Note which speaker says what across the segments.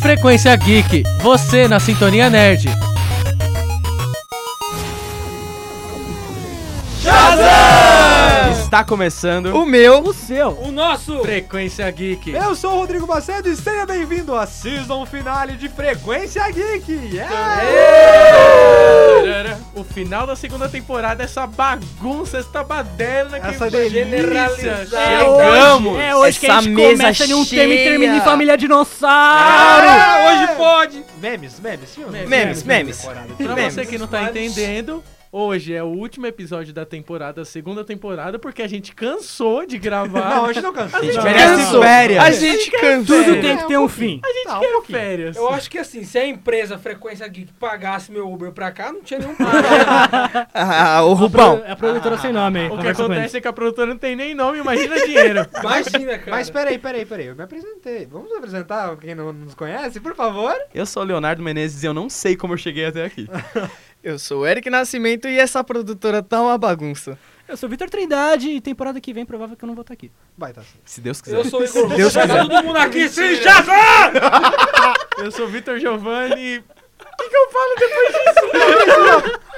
Speaker 1: Frequência Geek, você na Sintonia Nerd.
Speaker 2: Está começando
Speaker 3: O meu.
Speaker 4: O seu.
Speaker 5: O nosso
Speaker 1: Frequência
Speaker 5: Uh!
Speaker 1: Geek.
Speaker 4: Eu sou o Rodrigo Macedo e seja bem-vindo à Season Finale de Frequência Geek. Yeah!
Speaker 2: o final da segunda temporada, essa bagunça, essa baderna que
Speaker 4: Essa delícia.
Speaker 2: generaliza.
Speaker 5: É
Speaker 2: Chegamos!
Speaker 5: hoje, é hoje que a
Speaker 3: Essa
Speaker 5: gente
Speaker 3: mesa
Speaker 5: começa em um tema e
Speaker 3: cheia.
Speaker 5: termina em família dinossauro.
Speaker 2: Ah, hoje pode!
Speaker 4: Memes, memes, filmes.
Speaker 3: Memes, memes.
Speaker 4: temporada.
Speaker 1: Pra
Speaker 3: Memes.
Speaker 1: você que não tá entendendo, hoje é o último episódio da temporada, segunda temporada, porque a gente cansou de gravar.
Speaker 4: Não, a gente não cansa.
Speaker 3: A gente
Speaker 4: Não.
Speaker 3: merece
Speaker 4: Cansou.
Speaker 3: férias.
Speaker 2: A gente cansou.
Speaker 5: Tudo tem que ter um fim.
Speaker 4: Tá, um
Speaker 1: quer
Speaker 4: pouquinho.
Speaker 1: férias.
Speaker 6: Eu acho que assim, se a empresa Frequência Geek pagasse meu Uber pra cá, não tinha nenhum problema.
Speaker 3: Ah, o Rubão.
Speaker 5: É a
Speaker 4: Ah,
Speaker 5: produtora sem nome aí.
Speaker 1: O que
Speaker 5: conversa com
Speaker 1: acontece é que a produtora não tem nem nome, imagina dinheiro.
Speaker 6: Imagina, cara.
Speaker 4: Mas peraí, peraí, peraí. Eu me apresentei. Vamos apresentar quem não nos conhece, por favor?
Speaker 2: Eu sou o Leonardo Menezes e eu não sei como eu cheguei até aqui.
Speaker 3: Eu sou o Eric Nascimento e essa produtora tá uma bagunça.
Speaker 5: ele. Eu sou o Vitor Trindade e temporada que vem provável que eu não vou estar aqui.
Speaker 4: Vai, tá certo.
Speaker 2: Se Deus quiser.
Speaker 6: eu sou o Igor
Speaker 4: Deus
Speaker 6: Deus tá
Speaker 4: quiser.
Speaker 6: todo mundo aqui se já
Speaker 1: Eu sou Vitor Giovanni.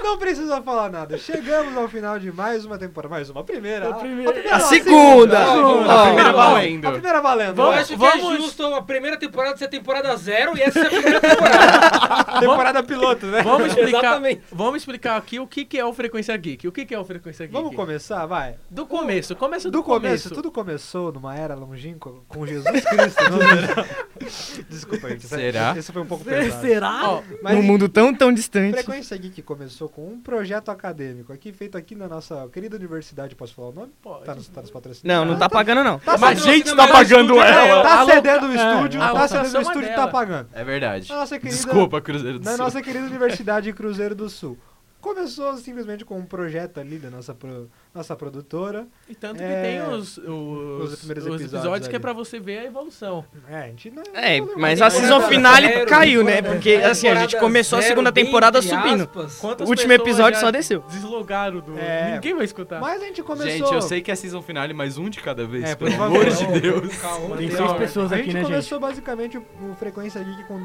Speaker 4: Não precisa falar nada. Chegamos ao final de mais uma temporada. Mais uma, a primeira. A primeira.
Speaker 3: A segunda!
Speaker 4: A
Speaker 3: Ó,
Speaker 4: primeira
Speaker 2: valendo.
Speaker 4: valendo. A primeira valendo.
Speaker 6: Eu
Speaker 1: Vamos-
Speaker 6: acho que
Speaker 1: vamos-
Speaker 6: é justo a primeira temporada ser temporada zero e essa é a primeira temporada.
Speaker 4: Temporada piloto, né?
Speaker 1: Vamos explicar,
Speaker 6: Exatamente.
Speaker 1: vamos explicar aqui o que, que é o Frequência Geek. O que, que é o Frequência Geek?
Speaker 4: Vamos começar, vai.
Speaker 1: Do começo, começa do,
Speaker 4: Do começo, tudo começou numa era longínqua com Jesus Cristo. Desculpa, gente.
Speaker 2: Será?
Speaker 4: Isso foi um pouco pesado.
Speaker 5: Será?
Speaker 1: Ó,
Speaker 4: Mas
Speaker 3: num mundo tão, tão distante.
Speaker 4: Frequência Geek começou com um projeto acadêmico aqui feito aqui na nossa querida universidade. Posso falar o nome?
Speaker 1: pode.
Speaker 4: Tá nos, tá nos patrocinando?
Speaker 3: Não, não
Speaker 6: Ah,
Speaker 3: tá pagando, não.
Speaker 2: Mas a gente tá
Speaker 6: Patrocina
Speaker 2: pagando
Speaker 6: mais
Speaker 2: ela.
Speaker 4: Tá
Speaker 1: É, A
Speaker 4: cedendo o estúdio,
Speaker 1: a
Speaker 4: tá
Speaker 1: locação
Speaker 4: cedendo o
Speaker 1: é
Speaker 4: estúdio e
Speaker 1: dela.
Speaker 4: tá pagando.
Speaker 2: É verdade.
Speaker 4: Na nossa Ah, querida,
Speaker 2: Desculpa, Cruzeiro do
Speaker 4: na
Speaker 2: Sul.
Speaker 4: nossa querida universidade Cruzeiro do Sul. Começou simplesmente com um projeto ali da nossa, pro- nossa produtora.
Speaker 1: E tanto que
Speaker 4: É.
Speaker 1: tem os, os,
Speaker 4: Os primeiros
Speaker 1: os
Speaker 4: episódios
Speaker 1: episódios que é
Speaker 4: ali.
Speaker 1: pra você ver a evolução.
Speaker 4: É, a gente não.
Speaker 3: É,
Speaker 4: não lembra.
Speaker 3: mas a season
Speaker 6: Temporada
Speaker 3: finale
Speaker 6: zero,
Speaker 3: caiu, né?
Speaker 6: temporada
Speaker 3: Porque
Speaker 6: zero,
Speaker 3: assim, a gente
Speaker 6: temporada
Speaker 3: começou a
Speaker 6: zero,
Speaker 3: segunda
Speaker 6: bem
Speaker 3: temporada
Speaker 6: entre
Speaker 3: subindo.
Speaker 6: aspas.
Speaker 1: Quantas
Speaker 3: O último
Speaker 1: pessoas
Speaker 3: episódio
Speaker 1: já
Speaker 3: só desceu.
Speaker 1: Deslogaram do.
Speaker 4: É.
Speaker 1: Ninguém vai escutar.
Speaker 4: Mas a gente começou.
Speaker 2: Gente, eu sei que é season finale, mas um de cada vez,
Speaker 4: É, por
Speaker 2: pelo
Speaker 4: favor.
Speaker 2: amor de Deus.
Speaker 6: Calma,
Speaker 5: Tem
Speaker 6: tem
Speaker 5: seis
Speaker 6: hora.
Speaker 5: pessoas
Speaker 4: A
Speaker 5: aqui,
Speaker 4: gente
Speaker 5: né, gente?
Speaker 4: começou basicamente o, o Frequência Geek com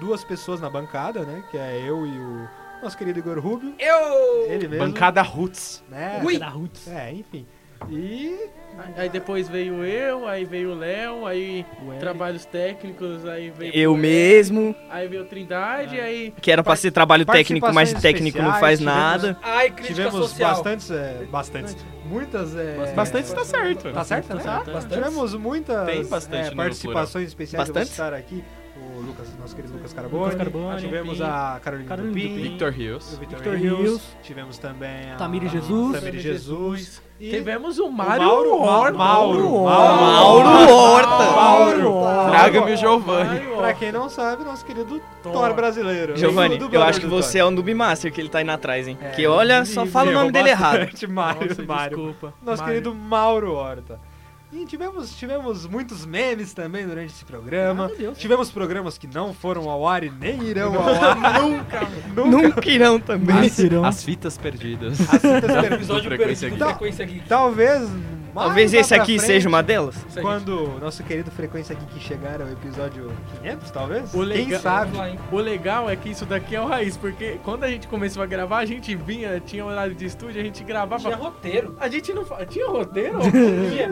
Speaker 4: duas pessoas na bancada, né? Que é eu e o nosso querido Igor Rubio.
Speaker 6: Eu.
Speaker 4: Ele mesmo.
Speaker 2: Bancada Roots.
Speaker 4: Né?
Speaker 6: Ui.
Speaker 5: Da Roots.
Speaker 4: É, enfim. E.
Speaker 1: Aí depois veio eu, aí veio o Léo, aí
Speaker 4: o Eric-
Speaker 1: trabalhos técnicos, aí veio.
Speaker 3: Eu mesmo,
Speaker 1: Aí veio o
Speaker 4: É.
Speaker 1: Trindade, aí.
Speaker 3: que era pra ser trabalho técnico, mas
Speaker 4: Participações
Speaker 3: técnico não faz
Speaker 4: especiais,
Speaker 3: nada.
Speaker 6: Ai, crítica
Speaker 4: Tivemos
Speaker 6: social.
Speaker 4: bastantes. É, bastantes. Muitas. É,
Speaker 2: Bastante tá certo.
Speaker 4: Tá certo, né?
Speaker 5: Bastante.
Speaker 4: Tivemos muitas
Speaker 2: Tem bastante
Speaker 4: é,
Speaker 2: no
Speaker 4: participações especiais. Eu vou
Speaker 3: né, Bastante?
Speaker 4: citar aqui o Lucas, nosso querido Lucas Carboni.
Speaker 5: Lucas Carboni,
Speaker 4: tivemos
Speaker 5: Pim.
Speaker 4: a Carolina
Speaker 5: Carolina
Speaker 4: Dupin.
Speaker 5: Dupin.
Speaker 2: Victor Rios.
Speaker 4: O Victor,
Speaker 5: Victor
Speaker 4: Rios.
Speaker 5: Rios.
Speaker 4: Tivemos também a...
Speaker 5: Tamires Jesus.
Speaker 4: Tamires Jesus. E
Speaker 1: Tivemos o
Speaker 4: o
Speaker 1: Mário.
Speaker 4: Mauro
Speaker 1: Horta.
Speaker 4: Mauro. Mauro.
Speaker 3: Mauro Horta.
Speaker 4: Mauro.
Speaker 5: Mauro.
Speaker 2: Traga-me o Giovanni.
Speaker 1: Mário
Speaker 4: Pra
Speaker 1: Horta.
Speaker 4: quem não sabe, nosso querido Thor,
Speaker 1: Thor.
Speaker 4: brasileiro.
Speaker 3: Giovanni,
Speaker 4: Do- do
Speaker 3: eu
Speaker 4: dublador
Speaker 3: acho que
Speaker 4: do
Speaker 3: você
Speaker 4: Thor.
Speaker 3: é um noob master que ele tá indo atrás, hein?
Speaker 4: É,
Speaker 3: Porque olha, só
Speaker 4: me
Speaker 3: fala o nome
Speaker 4: errou
Speaker 3: dele errado.
Speaker 4: bastante, Mário,
Speaker 1: Nossa,
Speaker 4: Mário.
Speaker 1: Desculpa.
Speaker 4: Nosso
Speaker 1: Mário.
Speaker 4: querido Mauro Horta. E tivemos, tivemos muitos memes também durante esse programa.
Speaker 5: Meu Deus.
Speaker 4: Tivemos programas que não foram ao ar e nem irão ao ar nunca. Nunca.
Speaker 3: Nunca irão também.
Speaker 2: As,
Speaker 5: Serão.
Speaker 2: as fitas perdidas.
Speaker 6: Episódio
Speaker 2: Frequência
Speaker 6: perdido
Speaker 4: Geek.
Speaker 6: do Frequência Geek.
Speaker 4: Tá, Talvez.
Speaker 3: Talvez esse aqui seja uma delas.
Speaker 6: Isso aí.
Speaker 4: Quando o nosso querido Frequência Geek chegar ao episódio 500, talvez?
Speaker 1: O
Speaker 4: Quem
Speaker 1: legal-
Speaker 4: sabe? Tá
Speaker 6: Vamos lá, hein?
Speaker 1: O legal é que isso daqui é o raiz, porque quando a gente começou a gravar, a gente vinha, tinha horário de estúdio, a gente
Speaker 6: Tinha
Speaker 1: gravava.
Speaker 6: roteiro.
Speaker 1: A gente não. fa- Tinha roteiro?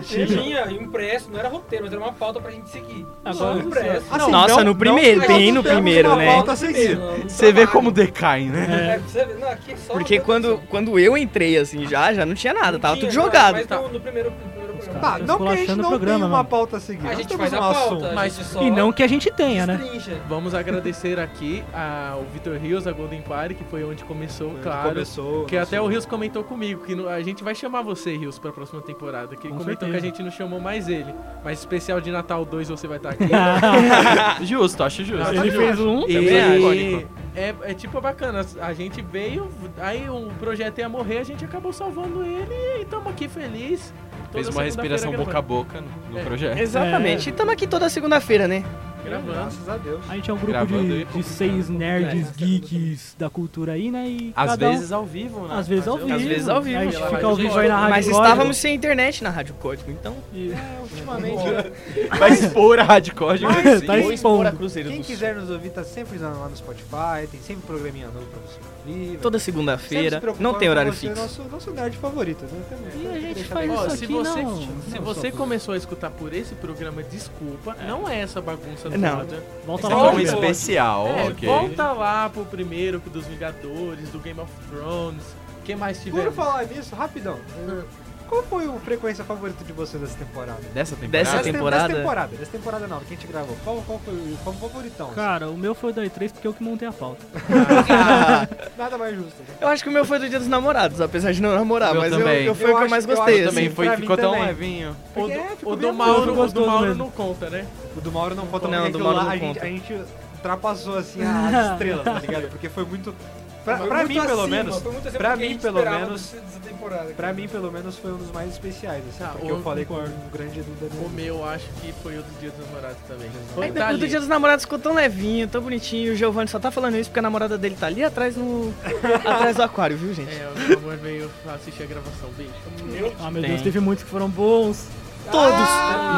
Speaker 6: Tinha, tinha impresso, não era roteiro, mas era uma pauta pra gente seguir.
Speaker 5: Agora-
Speaker 6: Só impresso.
Speaker 4: Assim,
Speaker 3: Nossa,
Speaker 4: não-
Speaker 3: no
Speaker 4: não-
Speaker 3: primeiro,
Speaker 4: nós
Speaker 3: É bem
Speaker 4: não
Speaker 3: no
Speaker 4: temos
Speaker 3: primeiro,
Speaker 4: uma
Speaker 3: né?
Speaker 4: pauta
Speaker 6: assim,
Speaker 4: a seguir.
Speaker 2: Você vê como decai, né?
Speaker 6: É, você vê, não, aqui é só
Speaker 3: Porque quando, quando eu entrei assim já, já não tinha nada,
Speaker 6: Não
Speaker 3: tava
Speaker 6: tinha,
Speaker 3: tudo
Speaker 6: não,
Speaker 3: jogado. Então,
Speaker 6: Mas no, no primeiro, no primeiro programa.
Speaker 4: Tá, não que a gente
Speaker 5: Esculachando o
Speaker 4: não
Speaker 5: programa,
Speaker 4: tenha uma
Speaker 5: mano.
Speaker 4: pauta a seguir.
Speaker 6: a
Speaker 4: nós
Speaker 6: gente
Speaker 4: temos
Speaker 6: faz a
Speaker 4: um
Speaker 6: pauta,
Speaker 4: assunto.
Speaker 6: a
Speaker 1: mas-
Speaker 6: gente só
Speaker 5: E não que a gente tenha, né?
Speaker 6: destrincha.
Speaker 1: Vamos agradecer aqui ao Vitor Rios, a Golden Party, que foi onde começou,
Speaker 4: Quando
Speaker 1: claro.
Speaker 4: Começou,
Speaker 1: Porque
Speaker 4: nosso-
Speaker 1: até o Rios comentou comigo que no- a gente vai chamar você, Rios, pra próxima temporada. Que ele
Speaker 5: Com
Speaker 1: comentou que a
Speaker 5: certeza.
Speaker 1: gente não chamou mais ele. Mas especial de Natal 2 você vai estar aqui.
Speaker 2: Justo, acho justo.
Speaker 5: Ah, Ele fez
Speaker 4: Hum?
Speaker 5: um.
Speaker 3: é,
Speaker 2: Também acho
Speaker 1: E
Speaker 2: icônico.
Speaker 1: é, é tipo bacana, a gente veio, aí o projeto ia morrer, a gente acabou salvando ele e estamos aqui feliz. Toda
Speaker 2: Fez uma
Speaker 1: segunda-feira
Speaker 2: respiração boca a
Speaker 1: gravando.
Speaker 2: boca no, no
Speaker 1: É.
Speaker 2: projeto.
Speaker 3: Exatamente. E tamo aqui toda segunda-feira, né?
Speaker 1: Gravando.
Speaker 4: Graças a Deus.
Speaker 5: A gente é um grupo
Speaker 2: Gravando
Speaker 5: de,
Speaker 2: e
Speaker 5: de seis nerds geeks da cultura aí, né? E
Speaker 2: Às
Speaker 5: cada um-
Speaker 2: vezes ao vivo, né?
Speaker 5: Às vezes ao vivo.
Speaker 3: Às vezes ao vivo.
Speaker 5: A gente
Speaker 1: Pela
Speaker 5: fica
Speaker 1: Rádio
Speaker 5: ao vivo aí na Rádio
Speaker 3: Mas
Speaker 5: Código.
Speaker 3: estávamos sem internet na Rádio Código, então.
Speaker 5: E-
Speaker 4: É,
Speaker 2: Vai expor a hardcore.
Speaker 5: Mas-
Speaker 2: Sim.
Speaker 5: Tá
Speaker 2: Vou expor a
Speaker 5: expondo.
Speaker 2: Cruzeiro
Speaker 4: Quem
Speaker 2: do Sul.
Speaker 4: quiser nos ouvir, tá sempre lá no Spotify, tem sempre programinha novo pra você ouvir. Sempre
Speaker 3: Toda
Speaker 4: se
Speaker 3: segunda-feira.
Speaker 4: preocupar
Speaker 3: Não tem
Speaker 4: com
Speaker 3: horário
Speaker 4: você,
Speaker 3: fixo.
Speaker 4: Nosso, nosso nerd favorito, né?
Speaker 5: E a gente
Speaker 4: Também.
Speaker 5: faz
Speaker 1: Ó,
Speaker 5: isso
Speaker 1: se
Speaker 5: aqui,
Speaker 1: você,
Speaker 5: não.
Speaker 1: se
Speaker 5: não,
Speaker 1: você
Speaker 5: só-
Speaker 1: começou a escutar por esse programa, desculpa, não é essa bagunça
Speaker 3: Não.
Speaker 1: toda.
Speaker 5: Volta
Speaker 1: Tá
Speaker 2: Isso aqui
Speaker 5: lá
Speaker 2: é um
Speaker 1: bom.
Speaker 5: primeiro.
Speaker 2: especial,
Speaker 1: É,
Speaker 2: ok.
Speaker 1: Volta lá pro primeiro que dos Vingadores, do Game of Thrones, que mais
Speaker 4: Por
Speaker 1: tiver.
Speaker 4: falar nisso, rapidão.
Speaker 3: Hum.
Speaker 4: Qual foi o frequência favorito de vocês dessa temporada?
Speaker 2: Dessa temporada.
Speaker 3: Dessa
Speaker 4: tem-
Speaker 3: temporada?
Speaker 4: Dessa temporada, dessa temporada não, que a gente gravou. Qual, qual foi o qual o favoritão?
Speaker 5: Cara, o meu foi da E3 porque eu que montei a pauta.
Speaker 3: Ah,
Speaker 4: Nada mais justo. né?
Speaker 3: eu acho que o meu foi do Dia dos Namorados, apesar de não namorar.
Speaker 2: Meu
Speaker 3: mas eu,
Speaker 2: também.
Speaker 3: eu foi
Speaker 4: Eu
Speaker 3: o que eu
Speaker 4: acho-
Speaker 3: mais
Speaker 4: eu acho
Speaker 3: gostei.
Speaker 2: Também
Speaker 3: assim.
Speaker 2: foi,
Speaker 4: pra mim
Speaker 2: ficou tão
Speaker 4: também.
Speaker 2: levinho.
Speaker 1: O
Speaker 4: Porque, é,
Speaker 1: do,
Speaker 4: ficou
Speaker 1: o do
Speaker 4: meio
Speaker 1: Mauro, o do
Speaker 5: gostoso
Speaker 1: Mauro
Speaker 5: mesmo.
Speaker 1: não conta, né?
Speaker 4: O do Mauro não conta
Speaker 3: Não,
Speaker 4: porque
Speaker 3: do
Speaker 4: aquilo
Speaker 3: Mauro
Speaker 4: lá
Speaker 3: não
Speaker 4: a, gente,
Speaker 3: conta.
Speaker 4: a gente ultrapassou assim as estrelas, tá ligado? Porque foi muito. Pra,
Speaker 6: Foi
Speaker 4: pra
Speaker 6: muito
Speaker 4: mim, pelo
Speaker 6: acima,
Speaker 4: menos.
Speaker 6: foi muito acima
Speaker 4: pra
Speaker 6: do que a
Speaker 4: mim,
Speaker 6: gente
Speaker 4: pelo
Speaker 6: esperava
Speaker 4: menos-
Speaker 6: dessa temporada.
Speaker 4: Pra mim, pelo menos, foi um dos mais especiais, assim,
Speaker 1: Ah,
Speaker 4: porque
Speaker 1: eu
Speaker 4: eu falei com
Speaker 1: concordo.
Speaker 4: um grande dúvida.
Speaker 1: O meu, acho que foi o do Dia dos Namorados também. Tá
Speaker 3: Aí
Speaker 1: Foi
Speaker 3: depois do
Speaker 1: dali.
Speaker 3: Dia dos Namorados ficou tão levinho, tão bonitinho. O Giovanni só tá falando isso porque a namorada dele tá ali atrás no. atrás do aquário, viu, gente?
Speaker 1: É, o meu amor veio assistir a gravação, beijo.
Speaker 5: Ah, meu
Speaker 3: Tem.
Speaker 5: Deus, teve muitos que foram bons.
Speaker 3: Todos!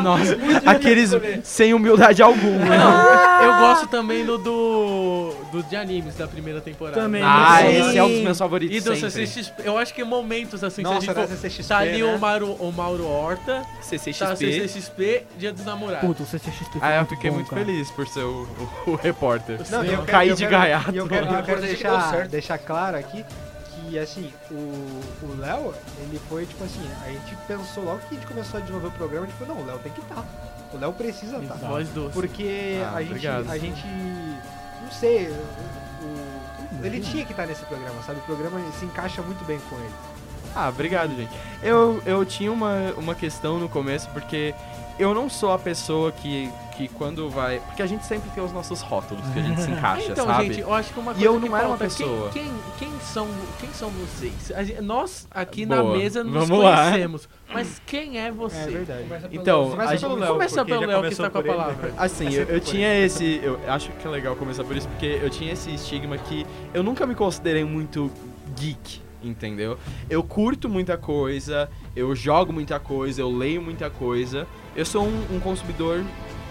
Speaker 2: Nossa, aqueles sem humildade alguma.
Speaker 1: Não, eu gosto também do, do dos de animes da primeira temporada.
Speaker 5: Também.
Speaker 2: Ah,
Speaker 3: Sim.
Speaker 2: esse é um dos meus favoritos.
Speaker 1: E do
Speaker 2: sempre.
Speaker 1: CCXP, eu acho que momentos assim,
Speaker 4: Nossa,
Speaker 1: se a
Speaker 4: era
Speaker 1: gente for-
Speaker 4: CCXP,
Speaker 1: tá ali
Speaker 4: né?
Speaker 1: o, Mauro, o Mauro Horta, tá
Speaker 3: CCXP.
Speaker 1: CCXP, Dia dos Namorados.
Speaker 5: Puta, o CCXP foi
Speaker 2: Ah, eu
Speaker 5: muito
Speaker 2: fiquei
Speaker 5: bom,
Speaker 2: muito
Speaker 5: cara.
Speaker 2: feliz por ser o, o- o repórter.
Speaker 1: Não,
Speaker 4: e
Speaker 1: eu
Speaker 4: quero-
Speaker 2: caí
Speaker 4: eu
Speaker 2: de
Speaker 4: quero-
Speaker 2: gaiato.
Speaker 4: E eu quero, eu
Speaker 6: Ah,
Speaker 4: quero
Speaker 6: importante que deu
Speaker 4: deixar,
Speaker 6: certo.
Speaker 4: deixar claro aqui que, assim, o o Léo, ele foi, tipo assim, a gente pensou logo que a gente começou a desenvolver o programa, tipo, não, o Léo tem que estar. O Léo precisa estar.
Speaker 5: Exato.
Speaker 1: Voz doce.
Speaker 4: Porque
Speaker 2: Ah,
Speaker 4: a, gente,
Speaker 2: obrigado.
Speaker 4: a gente. Não sei. o- o- ele tinha que estar nesse programa, sabe? O programa se encaixa muito bem com ele.
Speaker 2: Ah, obrigado, gente. Eu, eu tinha uma, uma questão no começo, porque eu não sou a pessoa que, que quando vai. Porque a gente sempre tem os nossos rótulos que a gente se encaixa,
Speaker 1: Então,
Speaker 2: sabe?
Speaker 1: gente, eu acho que uma
Speaker 2: E
Speaker 1: coisa
Speaker 2: eu
Speaker 1: que
Speaker 2: não era uma
Speaker 1: falta, é quem-
Speaker 2: pessoa.
Speaker 1: Quem, quem são, quem são vocês? A gente- nós aqui na
Speaker 2: Boa,
Speaker 1: mesa nos
Speaker 2: vamos lá.
Speaker 1: conhecemos, mas quem é você?
Speaker 4: verdade.
Speaker 2: Então,
Speaker 4: Começa
Speaker 2: a
Speaker 4: pelo
Speaker 2: gente-
Speaker 4: Léo.
Speaker 1: Começa
Speaker 4: porque
Speaker 1: é pelo
Speaker 4: já
Speaker 1: Léo que
Speaker 4: começou
Speaker 1: está com a
Speaker 4: por ele, né?
Speaker 1: palavra.
Speaker 2: Assim, eu, eu tinha esse. Eu acho que é legal começar por isso, porque eu tinha esse estigma que eu nunca me considerei muito geek, entendeu? Eu curto muita coisa, eu jogo muita coisa, eu leio muita coisa. Eu sou um, um consumidor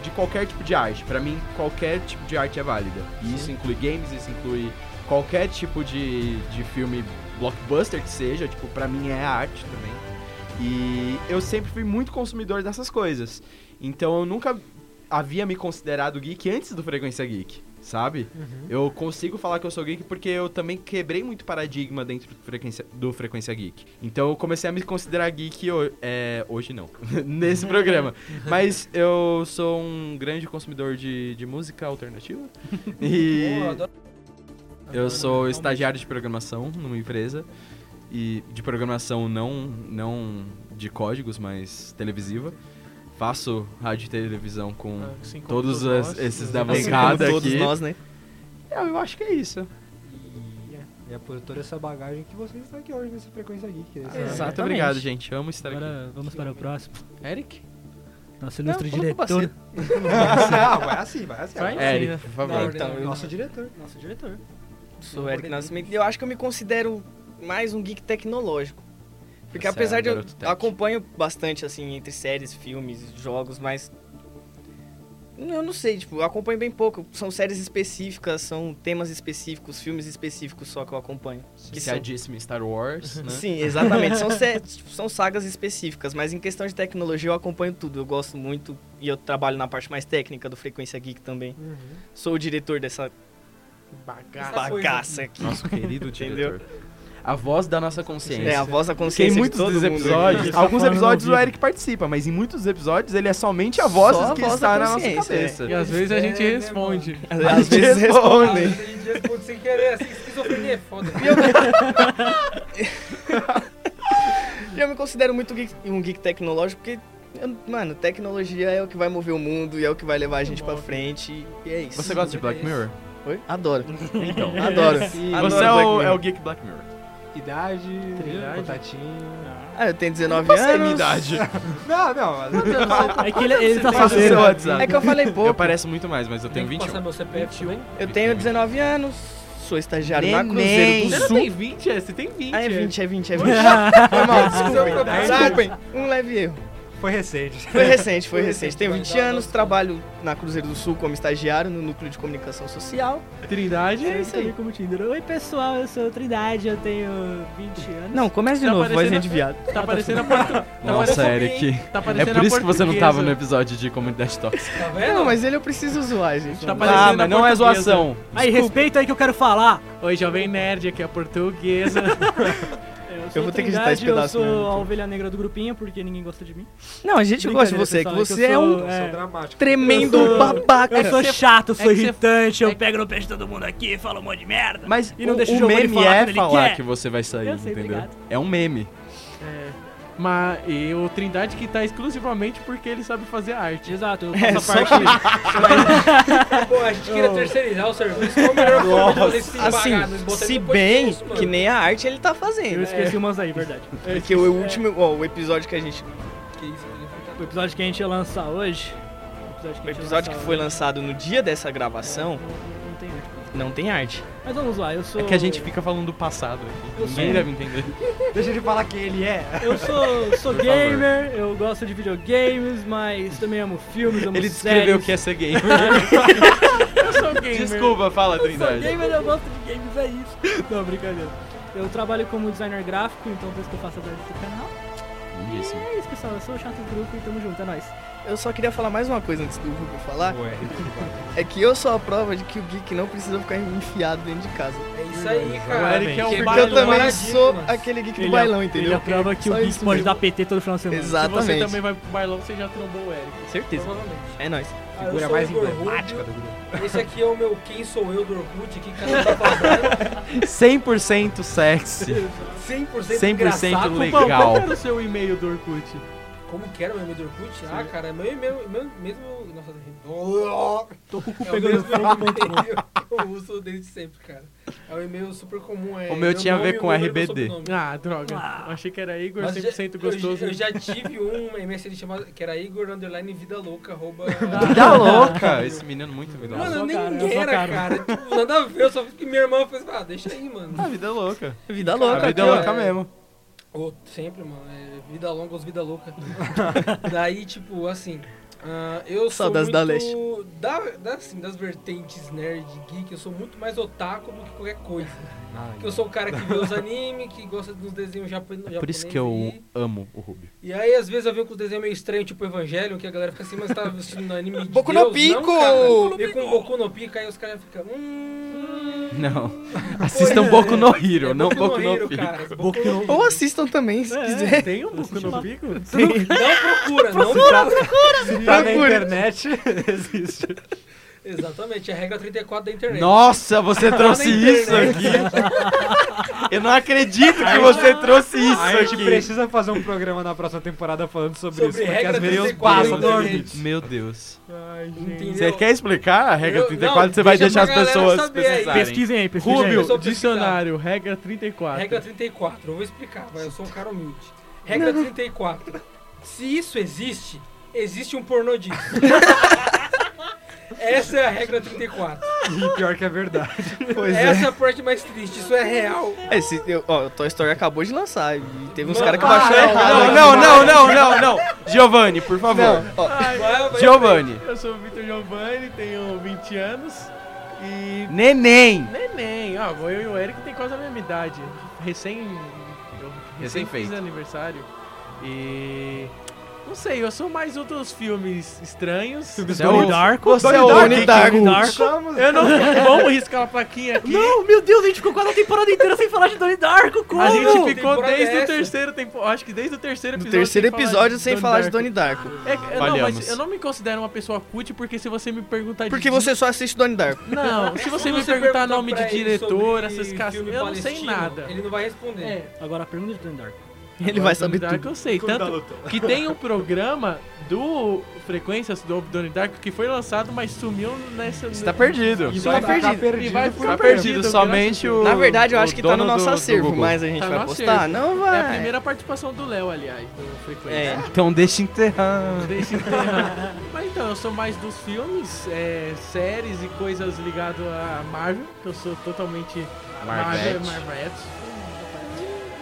Speaker 2: de qualquer tipo de arte. Pra mim, qualquer tipo de arte é válida. E isso inclui games, isso inclui qualquer tipo de, de filme blockbuster que seja, tipo, pra mim é arte também. E eu sempre fui muito consumidor dessas coisas. Então eu nunca havia me considerado geek antes do Frequência Geek, sabe? Eu consigo falar que eu sou geek porque eu também quebrei muito paradigma dentro do Frequência, do Frequência Geek. Então eu comecei a me considerar geek ho- é, hoje não, nesse programa. Mas eu sou um grande consumidor de, de música alternativa. E
Speaker 6: Pô, eu adoro-
Speaker 2: eu sou estagiário de programação numa empresa. E de programação não, não de códigos, mas televisiva. Faço rádio e televisão com
Speaker 3: É,
Speaker 1: Assim como
Speaker 2: todos
Speaker 1: nós.
Speaker 2: as- esses da
Speaker 3: Assim
Speaker 2: bancada
Speaker 3: como todos
Speaker 2: aqui.
Speaker 3: nós, né?
Speaker 2: Eu, eu acho que é isso.
Speaker 4: E é, e é por toda essa bagagem que vocês estão aqui hoje nesse Frequência Geek. né?
Speaker 3: Exato.
Speaker 2: Muito obrigado, gente. Amo estar aqui.
Speaker 5: Agora vamos para o próximo.
Speaker 1: Eric?
Speaker 5: Nosso ilustre
Speaker 3: Não, falou com
Speaker 5: diretor.
Speaker 4: Ah, vai assim, vai assim.
Speaker 1: Vai?
Speaker 4: agora.
Speaker 1: É,
Speaker 2: Eric, por favor.
Speaker 6: Não,
Speaker 3: Então,
Speaker 6: não,
Speaker 3: eu-
Speaker 6: não.
Speaker 4: Nosso diretor.
Speaker 5: Nosso diretor.
Speaker 3: Sou Eric Nascimento. e Eu acho que eu me considero mais um geek tecnológico. Porque
Speaker 2: Você é
Speaker 3: apesar
Speaker 2: um
Speaker 3: de eu
Speaker 2: garoto tech.
Speaker 3: acompanho bastante, assim, entre séries, filmes, jogos, mas. Eu não sei, tipo, eu acompanho bem pouco. São séries específicas, são temas específicos, filmes específicos só que eu acompanho.
Speaker 2: que
Speaker 3: Que
Speaker 2: se a
Speaker 3: são...
Speaker 2: disse Star Wars, né?
Speaker 3: Sim, exatamente. São, sé- são sagas específicas, mas em questão de tecnologia eu acompanho tudo. Eu gosto muito e eu trabalho na parte mais técnica do Frequência Geek também. Sou o diretor dessa
Speaker 4: Ah,
Speaker 1: Bagaço.
Speaker 6: Essa coisa.
Speaker 3: bagaça aqui.
Speaker 2: Nosso querido diretor. A voz da nossa consciência.
Speaker 3: É, a voz da
Speaker 2: Tem
Speaker 3: consciência de
Speaker 2: muitos
Speaker 3: todo
Speaker 2: dos
Speaker 3: mundo.
Speaker 2: episódios,
Speaker 5: Tá
Speaker 2: alguns
Speaker 5: falando
Speaker 2: episódios
Speaker 5: no
Speaker 2: o
Speaker 5: ouvido.
Speaker 2: Eric participa, mas em muitos episódios ele é somente a voz
Speaker 3: Só a
Speaker 2: que
Speaker 3: voz
Speaker 2: está
Speaker 3: da
Speaker 2: na nossa
Speaker 3: consciência,
Speaker 2: cabeça.
Speaker 1: E às vezes a gente
Speaker 6: É, né,
Speaker 1: responde.
Speaker 3: Às vezes
Speaker 2: tipo,
Speaker 6: Ah,
Speaker 3: respondem.
Speaker 6: a gente responde sem querer, assim, esquizofrenia é foda.
Speaker 3: E Eu me considero muito geek- um geek tecnológico porque, eu- mano, tecnologia é o que vai mover o mundo e é o que vai levar a gente pra frente. E é isso.
Speaker 2: Você gosta de Black Mirror?
Speaker 3: Oi? Adoro.
Speaker 2: Então.
Speaker 3: Adoro. Adoro
Speaker 2: Você é o,
Speaker 3: Black
Speaker 2: é o
Speaker 3: Mirror.
Speaker 2: Geek Black Mirror.
Speaker 4: Idade,
Speaker 1: Idade?
Speaker 4: contatinho.
Speaker 3: Ah, eu tenho 19
Speaker 2: Nossa, é
Speaker 3: anos.
Speaker 2: minha idade.
Speaker 4: Não, não.
Speaker 5: É que ele, ele tá
Speaker 1: Quantos anos
Speaker 5: solteiro.
Speaker 2: seu WhatsApp?
Speaker 3: É que eu falei
Speaker 2: Eu
Speaker 3: pouco.
Speaker 2: pareço muito mais, mas eu tenho
Speaker 6: Tem que
Speaker 2: 21.
Speaker 6: passar meu CPF também.
Speaker 3: Eu tenho 19 anos, sou estagiário na
Speaker 2: Neném.
Speaker 3: Cruzeiro do
Speaker 1: Você não
Speaker 3: Sul.
Speaker 1: tem 20? é? Você tem 20.
Speaker 3: Ah, é 20, é 20, é 20.
Speaker 6: Foi mal, desculpa.
Speaker 3: Desculpem, um leve erro.
Speaker 4: Foi recente.
Speaker 3: Foi recente, foi recente. Tenho
Speaker 6: vai
Speaker 3: 20
Speaker 6: dar uma
Speaker 3: anos,
Speaker 6: noção.
Speaker 3: trabalho na Cruzeiro do Sul como estagiário no Núcleo de Comunicação Social.
Speaker 1: Trindade é isso aí.
Speaker 5: Como Tinder. Oi, pessoal, eu sou Trindade, eu tenho 20 anos.
Speaker 3: Não, começa de
Speaker 1: Tá
Speaker 3: novo, vozinha
Speaker 1: parecendo-
Speaker 3: de viado.
Speaker 1: Tá parecendo a portu... tá
Speaker 2: Nossa,
Speaker 1: parecendo-
Speaker 2: Eric.
Speaker 1: Tá
Speaker 2: É
Speaker 1: parecendo
Speaker 2: por isso que você não tava no
Speaker 1: né?
Speaker 2: episódio de Comunidade Tóxica.
Speaker 6: Tá vendo?
Speaker 3: É, Não, mas ele eu preciso zoar, gente.
Speaker 1: Tá
Speaker 3: Não.
Speaker 1: parecendo-
Speaker 2: Ah, mas não é
Speaker 1: portuguesa.
Speaker 2: zoação.
Speaker 5: Aí, respeita aí que eu quero falar.
Speaker 1: Oi, Jovem Nerd, aqui é a portuguesa.
Speaker 5: sou
Speaker 3: vou ter que editar esse
Speaker 5: Trindade,
Speaker 3: pedaço
Speaker 5: Eu
Speaker 3: mesmo,
Speaker 5: sou a
Speaker 3: então.
Speaker 5: ovelha negra do grupinho, porque ninguém gosta de mim.
Speaker 3: Não, a gente gosta de
Speaker 5: Brincadeira,
Speaker 3: você, que
Speaker 5: pessoal,
Speaker 3: você
Speaker 5: eu
Speaker 3: é
Speaker 5: sou-
Speaker 3: um
Speaker 5: é,
Speaker 4: dramático.
Speaker 3: tremendo
Speaker 5: Eu sou-
Speaker 3: babaca.
Speaker 5: Eu sou chato, eu sou
Speaker 1: é que você-
Speaker 5: irritante,
Speaker 1: é
Speaker 5: eu
Speaker 1: que-
Speaker 5: pego no pé de todo mundo aqui, falo um monte de merda.
Speaker 2: Mas
Speaker 5: E não
Speaker 2: o,
Speaker 5: deixa o
Speaker 2: o
Speaker 5: Giovanni
Speaker 2: meme
Speaker 5: falar
Speaker 2: é
Speaker 5: quando ele
Speaker 2: falar
Speaker 5: quer.
Speaker 2: que você vai sair,
Speaker 5: Eu sei,
Speaker 2: entendeu?
Speaker 5: obrigado.
Speaker 2: É um meme.
Speaker 1: Mas e o Trindade que tá exclusivamente porque ele sabe fazer arte.
Speaker 5: Exato, eu
Speaker 3: É,
Speaker 5: faço
Speaker 3: só
Speaker 5: a parte...
Speaker 6: Pô, a gente queria terceirizar o serviço. Qual a melhor forma de vocês se pagar? Não
Speaker 3: Assim,
Speaker 6: botar
Speaker 3: se
Speaker 6: depois
Speaker 3: bem
Speaker 6: disso, mano.
Speaker 3: que nem a arte ele tá
Speaker 5: Eu
Speaker 3: fazendo. É,
Speaker 5: esqueci umas aí, verdade.
Speaker 3: Porque o último, ó, o episódio que a gente,
Speaker 6: Que isso, né?
Speaker 5: O episódio que a gente ia lançar hoje...
Speaker 3: o
Speaker 5: episódio a gente ia
Speaker 3: episódio que
Speaker 5: lançar
Speaker 3: foi
Speaker 5: hoje,
Speaker 3: lançado no dia dessa gravação,
Speaker 5: Não tem arte.
Speaker 3: não tem arte.
Speaker 5: Mas vamos lá, eu sou...
Speaker 2: É que a gente fica falando do passado aqui.
Speaker 5: Eu
Speaker 2: Ninguém
Speaker 5: sei.
Speaker 2: deve entender.
Speaker 4: Deixa ele falar quem ele é.
Speaker 5: Eu sou, sou gamer, eu gosto de videogames, mas também amo filmes, amo
Speaker 2: Ele descreveu
Speaker 5: séries.
Speaker 2: o que é ser gay.
Speaker 1: Eu sou gamer.
Speaker 2: Desculpa, fala,
Speaker 5: Eu sou
Speaker 2: Trindade.
Speaker 5: gamer, eu gosto de games, é isso. Não, brincadeira. Eu trabalho como designer gráfico, então por isso que eu faço a parte do canal.
Speaker 2: Lindíssimo.
Speaker 5: É isso, pessoal, eu sou o chato do grupo e tamo junto, é nóis.
Speaker 3: Eu só queria falar mais uma coisa antes do Hugo
Speaker 6: Tá.
Speaker 3: falar. É que eu sou a prova de que o geek não precisa ficar enfiado dentro de casa.
Speaker 6: É isso aí, cara.
Speaker 2: O Eric é um
Speaker 6: Porque
Speaker 3: Porque eu
Speaker 2: bailão.
Speaker 3: também
Speaker 6: paradíssimo,
Speaker 3: sou
Speaker 6: mano.
Speaker 3: aquele geek do
Speaker 5: Ele-
Speaker 3: bailão, entendeu?
Speaker 5: Ele aprova que o
Speaker 3: é Só
Speaker 5: Geek
Speaker 3: isso
Speaker 5: pode
Speaker 3: mesmo.
Speaker 5: dar PT todo final de semana.
Speaker 1: Se você
Speaker 3: Exatamente.
Speaker 1: também vai pro bailão, você já trombou o Eric.
Speaker 3: Certeza.
Speaker 6: Provavelmente.
Speaker 3: É nóis.
Speaker 6: Ah, eu
Speaker 4: Figura
Speaker 6: sou o
Speaker 4: mais
Speaker 6: Igor
Speaker 4: emblemática
Speaker 6: Rubio.
Speaker 4: do grupo.
Speaker 6: Esse aqui é o meu Quem Sou Eu do Orkut, aqui cada um tá falando.
Speaker 2: 100% sexy.
Speaker 6: 100%,
Speaker 2: 100%
Speaker 6: engraçado.
Speaker 2: Tá legal.
Speaker 1: Pupão, Tá qual era o seu e-mail do Orkut?
Speaker 6: Como que era o meu do Orkut? Ah, cara, meu e-mail, meu, mesmo... Nossa, é tô com o cu pegando fogo. Eu uso desde sempre, cara. É um e-mail super comum. É
Speaker 2: O meu tinha a ver
Speaker 6: nome,
Speaker 2: com
Speaker 6: número e
Speaker 2: RBD.
Speaker 6: sobrenome.
Speaker 1: Ah, droga. Eu achei que era Igor, 100% gostoso.
Speaker 6: Eu, já eu já tive um MSN chamado, que era Igor Underline Vida Louca, arroba...
Speaker 2: Tá louca. Esse menino muito vida louca.
Speaker 6: Mano,
Speaker 5: sua
Speaker 6: eu nem
Speaker 5: cara, é a sua
Speaker 6: era,
Speaker 5: cara.
Speaker 6: cara. Tipo, nada a ver, eu só vi que minha irmã fez, ah, deixa aí, mano.
Speaker 2: Ah, vida louca.
Speaker 3: Vida
Speaker 2: A
Speaker 3: louca.
Speaker 2: vida
Speaker 6: aqui, ó,
Speaker 2: louca
Speaker 6: é-
Speaker 2: mesmo.
Speaker 6: Ô, sempre, mano. É vida longa os vida louca. Daí, tipo, assim. ah, eu sou
Speaker 3: Saudades
Speaker 6: muito
Speaker 3: da
Speaker 6: Da, da, assim, das vertentes nerd geek, eu sou muito mais otaku do que qualquer coisa. Porque eu sou o cara que vê os anime, que gosta dos desenhos japoneses.
Speaker 2: É Por isso que eu amo o Rubio.
Speaker 6: E aí, às vezes, eu venho com os desenhos meio estranhos, tipo Evangelho, que a galera fica assim, mas tá assistindo anime de
Speaker 3: Boku no
Speaker 6: Deus.
Speaker 3: Pico!
Speaker 6: Não, cara.
Speaker 3: Boku no
Speaker 6: Vem com Boku no Pico, aí os caras ficam... Hum...
Speaker 2: Não. Assistam Boku um no Hero, não Boku no
Speaker 6: É Hero,
Speaker 2: Pico.
Speaker 6: cara. Boku no
Speaker 3: Ou assistam também, se quiser.
Speaker 1: Tem um Boku no Pico?
Speaker 6: Não procura, não
Speaker 4: Se tá na
Speaker 3: Procure.
Speaker 4: internet, existe.
Speaker 6: Exatamente, é a regra 34 da internet.
Speaker 2: Nossa, você trouxe
Speaker 6: na
Speaker 2: isso aqui?
Speaker 6: internet.
Speaker 2: Eu não acredito que você trouxe
Speaker 4: A gente
Speaker 2: isso aqui.
Speaker 4: precisa fazer um programa na próxima temporada falando sobre,
Speaker 6: Sobre
Speaker 4: isso, porque
Speaker 6: regra
Speaker 4: as vezes
Speaker 6: 34
Speaker 4: passam
Speaker 6: da
Speaker 4: do
Speaker 6: internet.
Speaker 4: limite.
Speaker 2: Meu Deus.
Speaker 6: Entendeu?
Speaker 2: Você quer explicar a regra
Speaker 6: Eu-
Speaker 2: 34?
Speaker 6: não,
Speaker 2: Você vai
Speaker 6: deixa
Speaker 2: deixar
Speaker 6: pra
Speaker 2: as pessoas
Speaker 6: galera saber aí.
Speaker 2: pesquisarem.
Speaker 5: Pesquisem aí, pesquisem
Speaker 1: Rubio,
Speaker 5: aí.
Speaker 6: Pesquisar.
Speaker 1: dicionário, regra 34.
Speaker 6: Regra 34, eu vou explicar, vai, eu sou um cara humilde. Regra 34. Se isso existe, existe um pornô disso. Essa é a regra 34.
Speaker 4: E pior que é verdade.
Speaker 3: Pois é.
Speaker 6: Essa é a parte mais triste, isso é real.
Speaker 3: Esse, eu, ó, Toy Story acabou de lançar e teve uns
Speaker 6: Mano,
Speaker 3: caras que
Speaker 6: ah,
Speaker 3: baixaram
Speaker 6: é,
Speaker 3: errado.
Speaker 2: Não,
Speaker 3: aqui.
Speaker 2: não, não, não, não, não. Giovanni, por favor.
Speaker 3: Não, ó,
Speaker 1: Ai,
Speaker 6: Vai, vai.
Speaker 2: Giovanni.
Speaker 1: Eu sou o Vitor Giovanni, tenho 20 anos e
Speaker 2: Neném.
Speaker 1: Neném, ó, eu e o Eric tem quase a mesma idade. Recém. Eu recém
Speaker 2: Recém-feito.
Speaker 1: fiz aniversário. E. Não sei, eu sou mais um dos filmes estranhos.
Speaker 2: Você é o
Speaker 5: Darko?
Speaker 2: Você é o
Speaker 3: Donnie
Speaker 2: Nick
Speaker 3: Darko.
Speaker 2: Darko.
Speaker 4: Somos.
Speaker 1: Eu não. Vamos riscar a plaquinha aqui.
Speaker 5: Não, meu Deus, a gente ficou quase a temporada inteira sem falar de Donnie Darko, como?
Speaker 1: A gente
Speaker 6: Que
Speaker 1: ficou
Speaker 6: temporada
Speaker 1: desde o
Speaker 6: é essa?
Speaker 1: terceiro tempo. Acho que desde o terceiro
Speaker 3: no
Speaker 1: episódio.
Speaker 3: terceiro episódio sem falar de Donnie Darko.
Speaker 1: Darko. É, eu, não,
Speaker 2: Falhamos.
Speaker 1: mas eu não me considero uma pessoa cult porque se você me perguntar de
Speaker 3: Porque você só assiste Donnie Darko.
Speaker 1: Não, se você me
Speaker 6: você
Speaker 1: perguntar nome
Speaker 6: pra
Speaker 1: de
Speaker 6: ele
Speaker 1: diretor,
Speaker 6: sobre
Speaker 1: essas
Speaker 6: filme
Speaker 1: caras, eu não sei
Speaker 6: palestino,
Speaker 1: nada.
Speaker 6: Ele não vai responder.
Speaker 1: É.
Speaker 5: Agora, a pergunta de Donnie Darko.
Speaker 3: Ele vai
Speaker 1: Agora,
Speaker 3: saber
Speaker 1: Donnie Darko
Speaker 3: tudo.
Speaker 1: eu sei. Tanto que tem um programa do Frequências do Donnie Darko que foi lançado, mas sumiu nessa.
Speaker 2: Você tá perdido.
Speaker 4: E
Speaker 1: Só
Speaker 4: vai
Speaker 1: tá
Speaker 4: ficar
Speaker 1: perdido.
Speaker 4: perdido.
Speaker 1: E vai
Speaker 4: por-
Speaker 1: ficar
Speaker 2: Tá
Speaker 1: perdido,
Speaker 2: perdido,
Speaker 1: graças
Speaker 2: somente
Speaker 1: a
Speaker 2: o.
Speaker 1: Deus.
Speaker 3: Na verdade, eu acho
Speaker 2: o
Speaker 3: que tá no
Speaker 2: dono
Speaker 3: nosso
Speaker 2: do- do
Speaker 3: acervo,
Speaker 2: Google.
Speaker 3: mas a gente
Speaker 1: Tá
Speaker 3: vai
Speaker 1: no
Speaker 3: postar?
Speaker 1: acervo.
Speaker 3: Não vai.
Speaker 1: É a primeira participação do Léo, aliás, do
Speaker 3: né? É.
Speaker 1: Frequências.
Speaker 2: Então deixa enterrar.
Speaker 1: Deixa eu enterrar. Mas então, eu sou mais dos filmes, é, séries e coisas ligadas a Marvel, que eu sou totalmente Marvel,
Speaker 2: Marvete.
Speaker 1: Marvete.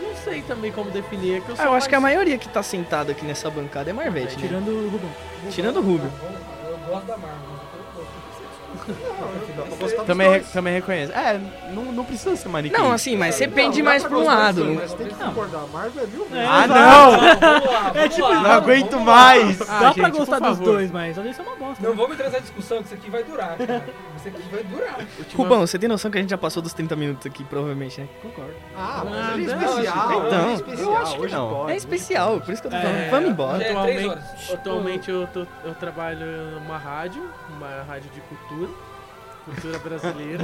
Speaker 1: Não sei também como definir, é que eu
Speaker 3: Ah,
Speaker 1: sou
Speaker 3: eu acho que a
Speaker 1: mais-
Speaker 3: maioria que tá sentada aqui nessa bancada é Marvete, né?
Speaker 5: Tirando o Rubão.
Speaker 3: Tirando o Rubio.
Speaker 6: Eu gosto da Marvel. eu gosto.
Speaker 4: Dá pra gostar dos
Speaker 2: Também, re-
Speaker 4: dois.
Speaker 2: também reconheço. É, não, não precisa ser manequim.
Speaker 3: Não, assim, mas você
Speaker 4: Não,
Speaker 3: pende
Speaker 4: dá
Speaker 3: mais
Speaker 4: pra
Speaker 3: pra um
Speaker 4: gostar dos
Speaker 3: lado.
Speaker 4: dois, Mas tem que concordar, a Marvel é mil vezes.
Speaker 2: Ah, não!
Speaker 6: Vamos lá, vamos
Speaker 5: tipo,
Speaker 6: lá,
Speaker 2: Não
Speaker 6: vamos
Speaker 2: aguento
Speaker 6: lá.
Speaker 2: mais!
Speaker 1: Ah,
Speaker 5: Dá pra
Speaker 1: gente, por
Speaker 5: gostar dos
Speaker 1: favor.
Speaker 5: dois, mas às vezes é uma bosta.
Speaker 6: Não
Speaker 5: né?
Speaker 6: vamos entrar nessa discussão, que isso aqui vai durar. cara. Isso aqui vai durar.
Speaker 3: Rubão, você tem noção que a gente já passou dos 30 minutos aqui, provavelmente, né? Concordo.
Speaker 4: Ah, mas hoje é
Speaker 1: Não,
Speaker 4: especial.
Speaker 6: não,
Speaker 4: hoje é
Speaker 3: eu
Speaker 4: especial.
Speaker 2: acho que
Speaker 4: hoje
Speaker 2: não.
Speaker 4: pode.
Speaker 3: É especial, por isso que eu tô
Speaker 5: É.
Speaker 3: falando. Vamos embora.
Speaker 6: É, três
Speaker 1: Atualmente,
Speaker 6: horas.
Speaker 1: atualmente eu, tô- eu trabalho numa rádio, uma rádio de cultura, cultura brasileira.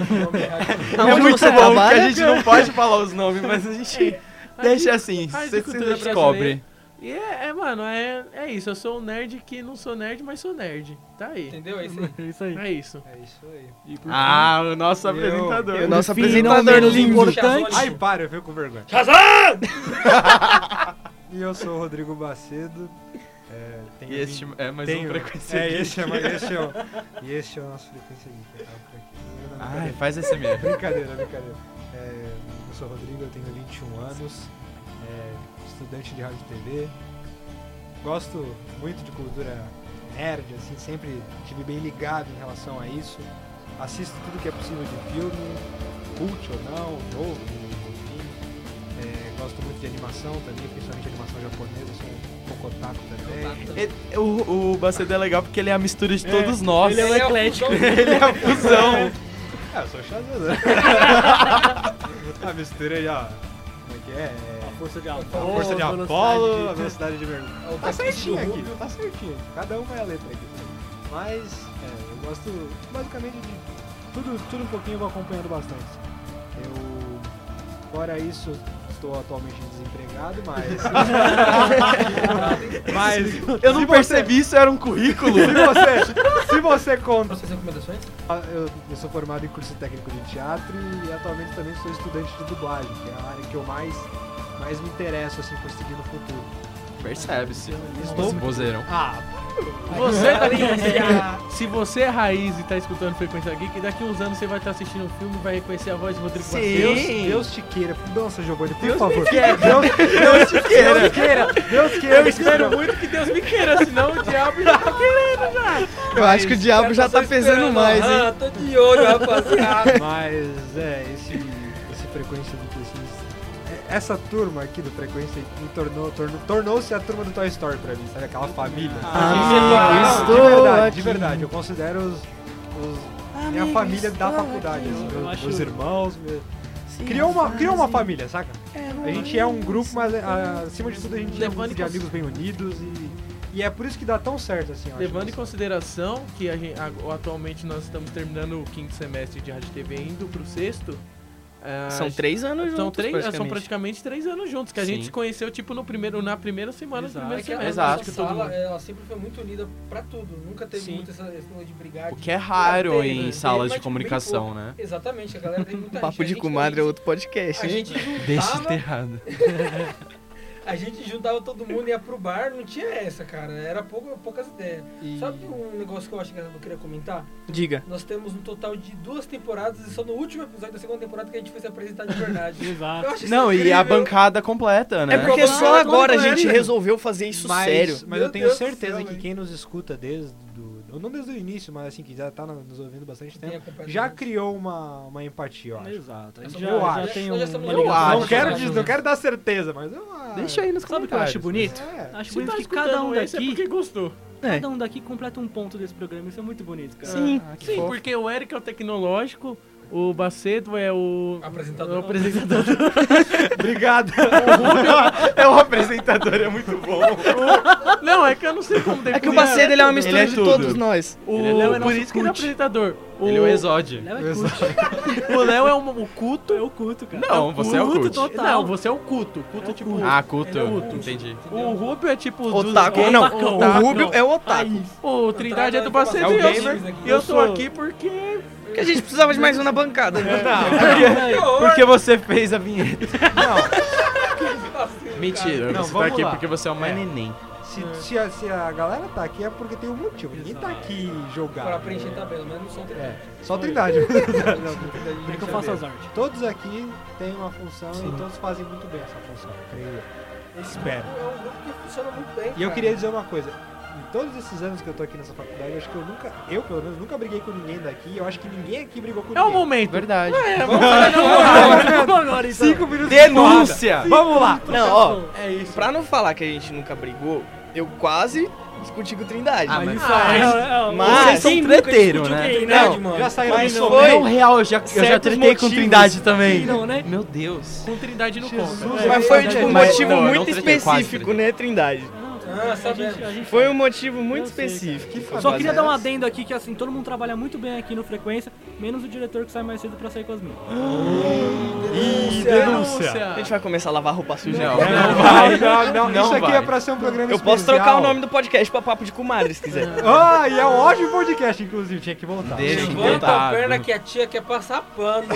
Speaker 2: é
Speaker 3: Aonde
Speaker 2: muito
Speaker 3: um você
Speaker 2: bom
Speaker 3: trabalha?
Speaker 2: que a gente não pode falar os nomes, mas a gente deixa assim,
Speaker 1: Rádio
Speaker 2: você
Speaker 1: Cultura Brasileira.
Speaker 2: descobre.
Speaker 1: e é, é, mano, é, é isso. Eu sou um nerd que não sou nerd, mas sou nerd. Tá aí.
Speaker 6: Entendeu? É isso aí.
Speaker 5: É isso aí.
Speaker 1: É isso.
Speaker 4: É isso aí.
Speaker 2: Ah, o nosso apresentador.
Speaker 3: E o nosso
Speaker 5: Enfim, não
Speaker 3: apresentador
Speaker 4: é
Speaker 5: menos
Speaker 3: lindo.
Speaker 5: importante.
Speaker 4: Tá Ai, para, eu fico com vergonha. E eu sou o Rodrigo Macedo. É, tenho
Speaker 2: E este
Speaker 4: vinte-
Speaker 2: é mais
Speaker 4: tenho-
Speaker 2: um Frequência
Speaker 4: É,
Speaker 2: Geek.
Speaker 4: esse é, mais- esse é o, e este é o nosso Frequência Geek. tá? Por aqui. Não, não,
Speaker 2: Ai, faz essa merda.
Speaker 4: Brincadeira, brincadeira. É, eu sou o Rodrigo, eu tenho 21 anos, é, estudante de rádio e TV. Gosto muito de cultura nerd, assim, sempre estive bem ligado em relação a isso. Assisto tudo que é possível de filme, cult ou não, novo, enfim. É, gosto muito de animação também, principalmente animação japonesa, sou um pouco otaku também.
Speaker 2: E- O, o Bacedo é legal porque ele é a mistura de todos
Speaker 3: um
Speaker 2: nós.
Speaker 5: Ele é o
Speaker 6: Ele é o
Speaker 5: eclético.
Speaker 6: fusão.
Speaker 2: Ele é a fusão.
Speaker 4: Ah, eu sou Shazam. a mistura já, como é que é? É-
Speaker 5: A força de
Speaker 4: A
Speaker 5: Apolo.
Speaker 4: força de
Speaker 5: velocidade
Speaker 4: Apolo, a
Speaker 5: de-
Speaker 4: velocidade de mergulho.
Speaker 6: É o
Speaker 4: Tá
Speaker 6: Patrick
Speaker 4: certinho
Speaker 6: do
Speaker 4: aqui,
Speaker 6: Rubio.
Speaker 4: tá certinho. Cada um vai a letra aqui. Mas é, eu gosto basicamente de tudo, tudo um pouquinho eu vou acompanhando bastante. Eu, fora isso, estou atualmente desempregado, mas. mas
Speaker 2: Eu não
Speaker 4: se
Speaker 2: percebi, isso era um currículo.
Speaker 4: Você, se você, se você conta.
Speaker 6: Nossas recomendações?
Speaker 4: Ah, Eu, eu sou formado em curso técnico de teatro e atualmente também sou estudante de dublagem, que é a área que eu mais, mais me interesso assim, por seguir no futuro.
Speaker 2: Percebe-se.
Speaker 4: Estou-
Speaker 2: Esse bozeirão.
Speaker 4: Ah,
Speaker 1: Você daqui, se você é raiz e tá escutando Frequência Geek, daqui uns anos você vai estar assistindo um filme e vai reconhecer a voz de Rodrigo
Speaker 2: Sim.
Speaker 1: Macedo.
Speaker 4: Deus, Deus te queira. Nossa, Giovanni, por
Speaker 2: Deus
Speaker 4: favor.
Speaker 2: me queira.
Speaker 4: Deus,
Speaker 2: Deus te queira.
Speaker 4: Deus queira. Deus queira.
Speaker 2: Eu espero
Speaker 1: Muito que Deus me queira, senão o diabo já tá querendo já.
Speaker 3: Eu acho que o diabo já tá pesando mais, hein?
Speaker 6: Ah, tô de olho, rapaziada.
Speaker 4: Mas é, esse, esse Frequência do Precisa. Essa turma aqui do Frequência me tornou, tornou, tornou-se a turma do Toy Story pra mim, sabe? Aquela família.
Speaker 3: Ah,
Speaker 4: Não, de
Speaker 3: estou
Speaker 4: verdade,
Speaker 3: aqui.
Speaker 4: de verdade. Eu considero os. os minha
Speaker 3: Amigo,
Speaker 4: família da
Speaker 3: estou
Speaker 4: faculdade,
Speaker 3: aqui.
Speaker 4: assim,
Speaker 5: Eu
Speaker 4: meus,
Speaker 5: acho-
Speaker 4: meus irmãos. Meu... Criou, uma, criou uma família, saca? A gente é um grupo, mas a- acima de tudo a gente é um grupo de amigos bem unidos e, e é por isso que dá tão certo, assim. eu acho.
Speaker 1: Levando em consideração que a gente- a- atualmente nós estamos terminando o quinto semestre de rádio e TV indo pro sexto. ah,
Speaker 3: São três anos
Speaker 1: são
Speaker 3: juntos,
Speaker 1: três, eh, é, são
Speaker 3: praticamente.
Speaker 1: praticamente três anos juntos que a
Speaker 2: Sim.
Speaker 1: gente se conheceu tipo no primeiro, na primeira semana do
Speaker 5: Exato.
Speaker 1: primeiro
Speaker 6: É que a
Speaker 1: semestre.
Speaker 2: Exato.
Speaker 6: nossa
Speaker 1: Todo mundo.
Speaker 6: sala, ela sempre foi muito unida pra tudo. Nunca teve
Speaker 1: Sim.
Speaker 6: muito essa esse negócio de brigar.
Speaker 2: O
Speaker 6: de-
Speaker 2: que é raro
Speaker 6: Tem, né?
Speaker 2: em
Speaker 6: Tem, mas,
Speaker 2: salas de
Speaker 6: tipo,
Speaker 2: comunicação, né?
Speaker 6: Exatamente, a galera tem muita
Speaker 3: Papo
Speaker 6: rixa.
Speaker 3: de
Speaker 6: A gente
Speaker 3: comadre é
Speaker 6: também-
Speaker 3: outro podcast,
Speaker 6: A
Speaker 3: hein?
Speaker 6: gente
Speaker 2: Deixa
Speaker 6: juntava,
Speaker 2: enterrado.
Speaker 6: a gente juntava todo mundo, ia pro bar, não tinha essa, cara. Era pouca- poucas ideias.
Speaker 4: E-
Speaker 6: Sabe um negócio que eu acho que eu queria comentar?
Speaker 3: Diga.
Speaker 6: Nós temos um total de duas temporadas e só no último episódio da segunda temporada que a gente foi se apresentar de verdade.
Speaker 5: Exato.
Speaker 6: Eu acho isso
Speaker 2: é Não, e a
Speaker 6: incrível.
Speaker 2: bancada completa, né?
Speaker 3: É porque só
Speaker 6: Não,
Speaker 3: agora a
Speaker 6: não é,
Speaker 3: gente
Speaker 6: né?
Speaker 3: resolveu fazer isso
Speaker 4: mas,
Speaker 3: sério.
Speaker 4: Mas
Speaker 6: Meu
Speaker 4: eu tenho
Speaker 6: Deus do
Speaker 4: certeza
Speaker 6: céu,
Speaker 4: que
Speaker 6: hein?
Speaker 4: quem nos escuta desde do, ou não desde o início, mas assim que já tá nos ouvindo bastante
Speaker 6: Tem
Speaker 4: tempo,
Speaker 6: acompanhado
Speaker 4: já
Speaker 6: muito.
Speaker 4: criou uma, uma empatia, eu acho.
Speaker 5: Exato. A gente
Speaker 4: Eu
Speaker 5: já, já
Speaker 4: acho.
Speaker 5: tem
Speaker 6: Nós já
Speaker 5: um-
Speaker 6: estamos
Speaker 5: uma
Speaker 6: ligados.
Speaker 5: ligação.
Speaker 4: não quero, dizer- não
Speaker 5: junto.
Speaker 4: quero dar certeza, mas eu acho.
Speaker 2: Deixa aí nos
Speaker 5: Sabe o que eu acho
Speaker 2: comentários.
Speaker 5: bonito?
Speaker 4: É.
Speaker 5: Acho
Speaker 1: Se
Speaker 5: bonito
Speaker 1: tá
Speaker 5: que cada um
Speaker 1: escutando esse é
Speaker 5: daqui,
Speaker 1: porque gostou.
Speaker 3: É.
Speaker 5: cada um daqui completa um ponto desse programa. Isso é muito bonito, cara.
Speaker 3: Sim.
Speaker 1: Sim, porque o Eric é o tecnológico, o Bacedo é o
Speaker 6: Apresentador.
Speaker 1: o apresentador.
Speaker 4: Obrigado.
Speaker 2: É o apresentador, é muito bom.
Speaker 1: não, é que eu não sei como
Speaker 3: É que o
Speaker 1: definir.
Speaker 3: Bacedo ele é uma
Speaker 2: Ele
Speaker 3: mistura
Speaker 2: é
Speaker 3: de
Speaker 2: tudo.
Speaker 3: todos nós.
Speaker 1: O,
Speaker 2: Ele é o
Speaker 1: por
Speaker 2: nosso
Speaker 3: um
Speaker 1: isso que ele é
Speaker 2: cult.
Speaker 1: apresentador.
Speaker 2: Ele é o exódio.
Speaker 5: Léo é
Speaker 4: Eu
Speaker 5: culto.
Speaker 1: O Léo é um, o culto.
Speaker 5: É o culto, cara.
Speaker 2: Não, você é o
Speaker 5: culto
Speaker 2: culto.
Speaker 5: total.
Speaker 1: Não, você é o culto. Culto
Speaker 5: É o
Speaker 1: tipo.
Speaker 5: culto.
Speaker 2: Ah, culto.
Speaker 1: Ele é culto.
Speaker 2: Entendi.
Speaker 1: O Rubio é tipo os dos
Speaker 3: Otaku,
Speaker 1: gays,
Speaker 3: não.
Speaker 1: otacão.
Speaker 2: tá?
Speaker 3: O Rubio
Speaker 4: um
Speaker 3: é o Otaku.
Speaker 5: Aí,
Speaker 1: O Trindade é do
Speaker 6: É
Speaker 1: Bacedo
Speaker 6: o
Speaker 1: e eu-
Speaker 6: gamer.
Speaker 1: e eu tô
Speaker 5: Eu sou-
Speaker 1: aqui porque.
Speaker 3: Porque a gente precisava de mais um na bancada.
Speaker 2: Porque você fez a vinheta.
Speaker 4: Não,
Speaker 2: Mentira,
Speaker 4: Não,
Speaker 2: você tá
Speaker 4: vamos
Speaker 2: aqui
Speaker 4: lá.
Speaker 2: porque você é uma
Speaker 4: É.
Speaker 2: neném.
Speaker 4: se, se a, se a galera tá aqui é porque tem um motivo. Ninguém tá aqui jogar.
Speaker 6: Pra preencher tabela, mas não um são três.
Speaker 4: É, só Trindade.
Speaker 5: como é que eu faço as artes?
Speaker 4: todos aqui têm uma função e todos fazem muito bem essa função, creio eu. Espero.
Speaker 6: É um grupo que funciona muito bem.
Speaker 4: E eu
Speaker 6: cara.
Speaker 4: queria dizer uma coisa. Em todos esses anos que eu tô aqui nessa faculdade, eu acho que eu nunca, eu pelo menos, nunca briguei com ninguém daqui. Eu acho que ninguém aqui brigou com
Speaker 1: É o
Speaker 4: ninguém.
Speaker 1: momento.
Speaker 2: Verdade.
Speaker 1: é
Speaker 5: Vamos agora, então.
Speaker 4: Cinco minutos.
Speaker 2: Denúncia!
Speaker 4: Vamos lá!
Speaker 3: Não, ó,
Speaker 1: É isso.
Speaker 3: pra não falar que a gente nunca brigou, eu quase discuti com o Trindade.
Speaker 2: Ah,
Speaker 5: Mas
Speaker 2: mas-
Speaker 5: isso aí.
Speaker 3: Mas-
Speaker 5: Mas...
Speaker 2: Vocês são treteiros, né?
Speaker 5: Quem, né?
Speaker 6: Verdade,
Speaker 3: Não,
Speaker 6: mano.
Speaker 4: Já saíram do
Speaker 3: Mas
Speaker 4: som.
Speaker 3: foi-
Speaker 2: Não, é real, eu já, eu já
Speaker 3: Certos
Speaker 2: tretei com
Speaker 3: motivos.
Speaker 2: Trindade também.
Speaker 5: Quem não, né?
Speaker 2: Meu Deus.
Speaker 1: Com Trindade no
Speaker 4: Jesus. é
Speaker 1: conta.
Speaker 3: Mas foi tipo, um
Speaker 2: é né? Mas-
Speaker 3: motivo
Speaker 2: não, eu não
Speaker 3: muito
Speaker 2: tretei, quase
Speaker 3: específico, né, Trindade?
Speaker 5: Não, tudo
Speaker 6: Ah,
Speaker 5: bem, a
Speaker 6: sabendo.
Speaker 5: gente- a gente-
Speaker 3: Foi um motivo muito
Speaker 5: Eu sei,
Speaker 3: específico.
Speaker 5: Só queria dar um adendo aqui que assim, todo mundo trabalha muito bem aqui no Frequência, menos o diretor que sai mais cedo pra sair com as minhas.
Speaker 2: Ih,
Speaker 3: A gente vai começar a lavar roupa suja.
Speaker 2: Não,
Speaker 3: aqui.
Speaker 2: não vai.
Speaker 4: Não, não,
Speaker 2: Não
Speaker 4: isso aqui
Speaker 2: vai.
Speaker 4: é pra ser um programa
Speaker 3: Eu posso
Speaker 4: especial.
Speaker 3: trocar o nome do podcast pra Papo de Comadre, se quiser.
Speaker 4: Ah, e é um ótimo podcast, inclusive. Tinha que voltar.
Speaker 2: Deixa que
Speaker 6: Levanta a
Speaker 2: voltar.
Speaker 6: perna que a tia quer passar pano.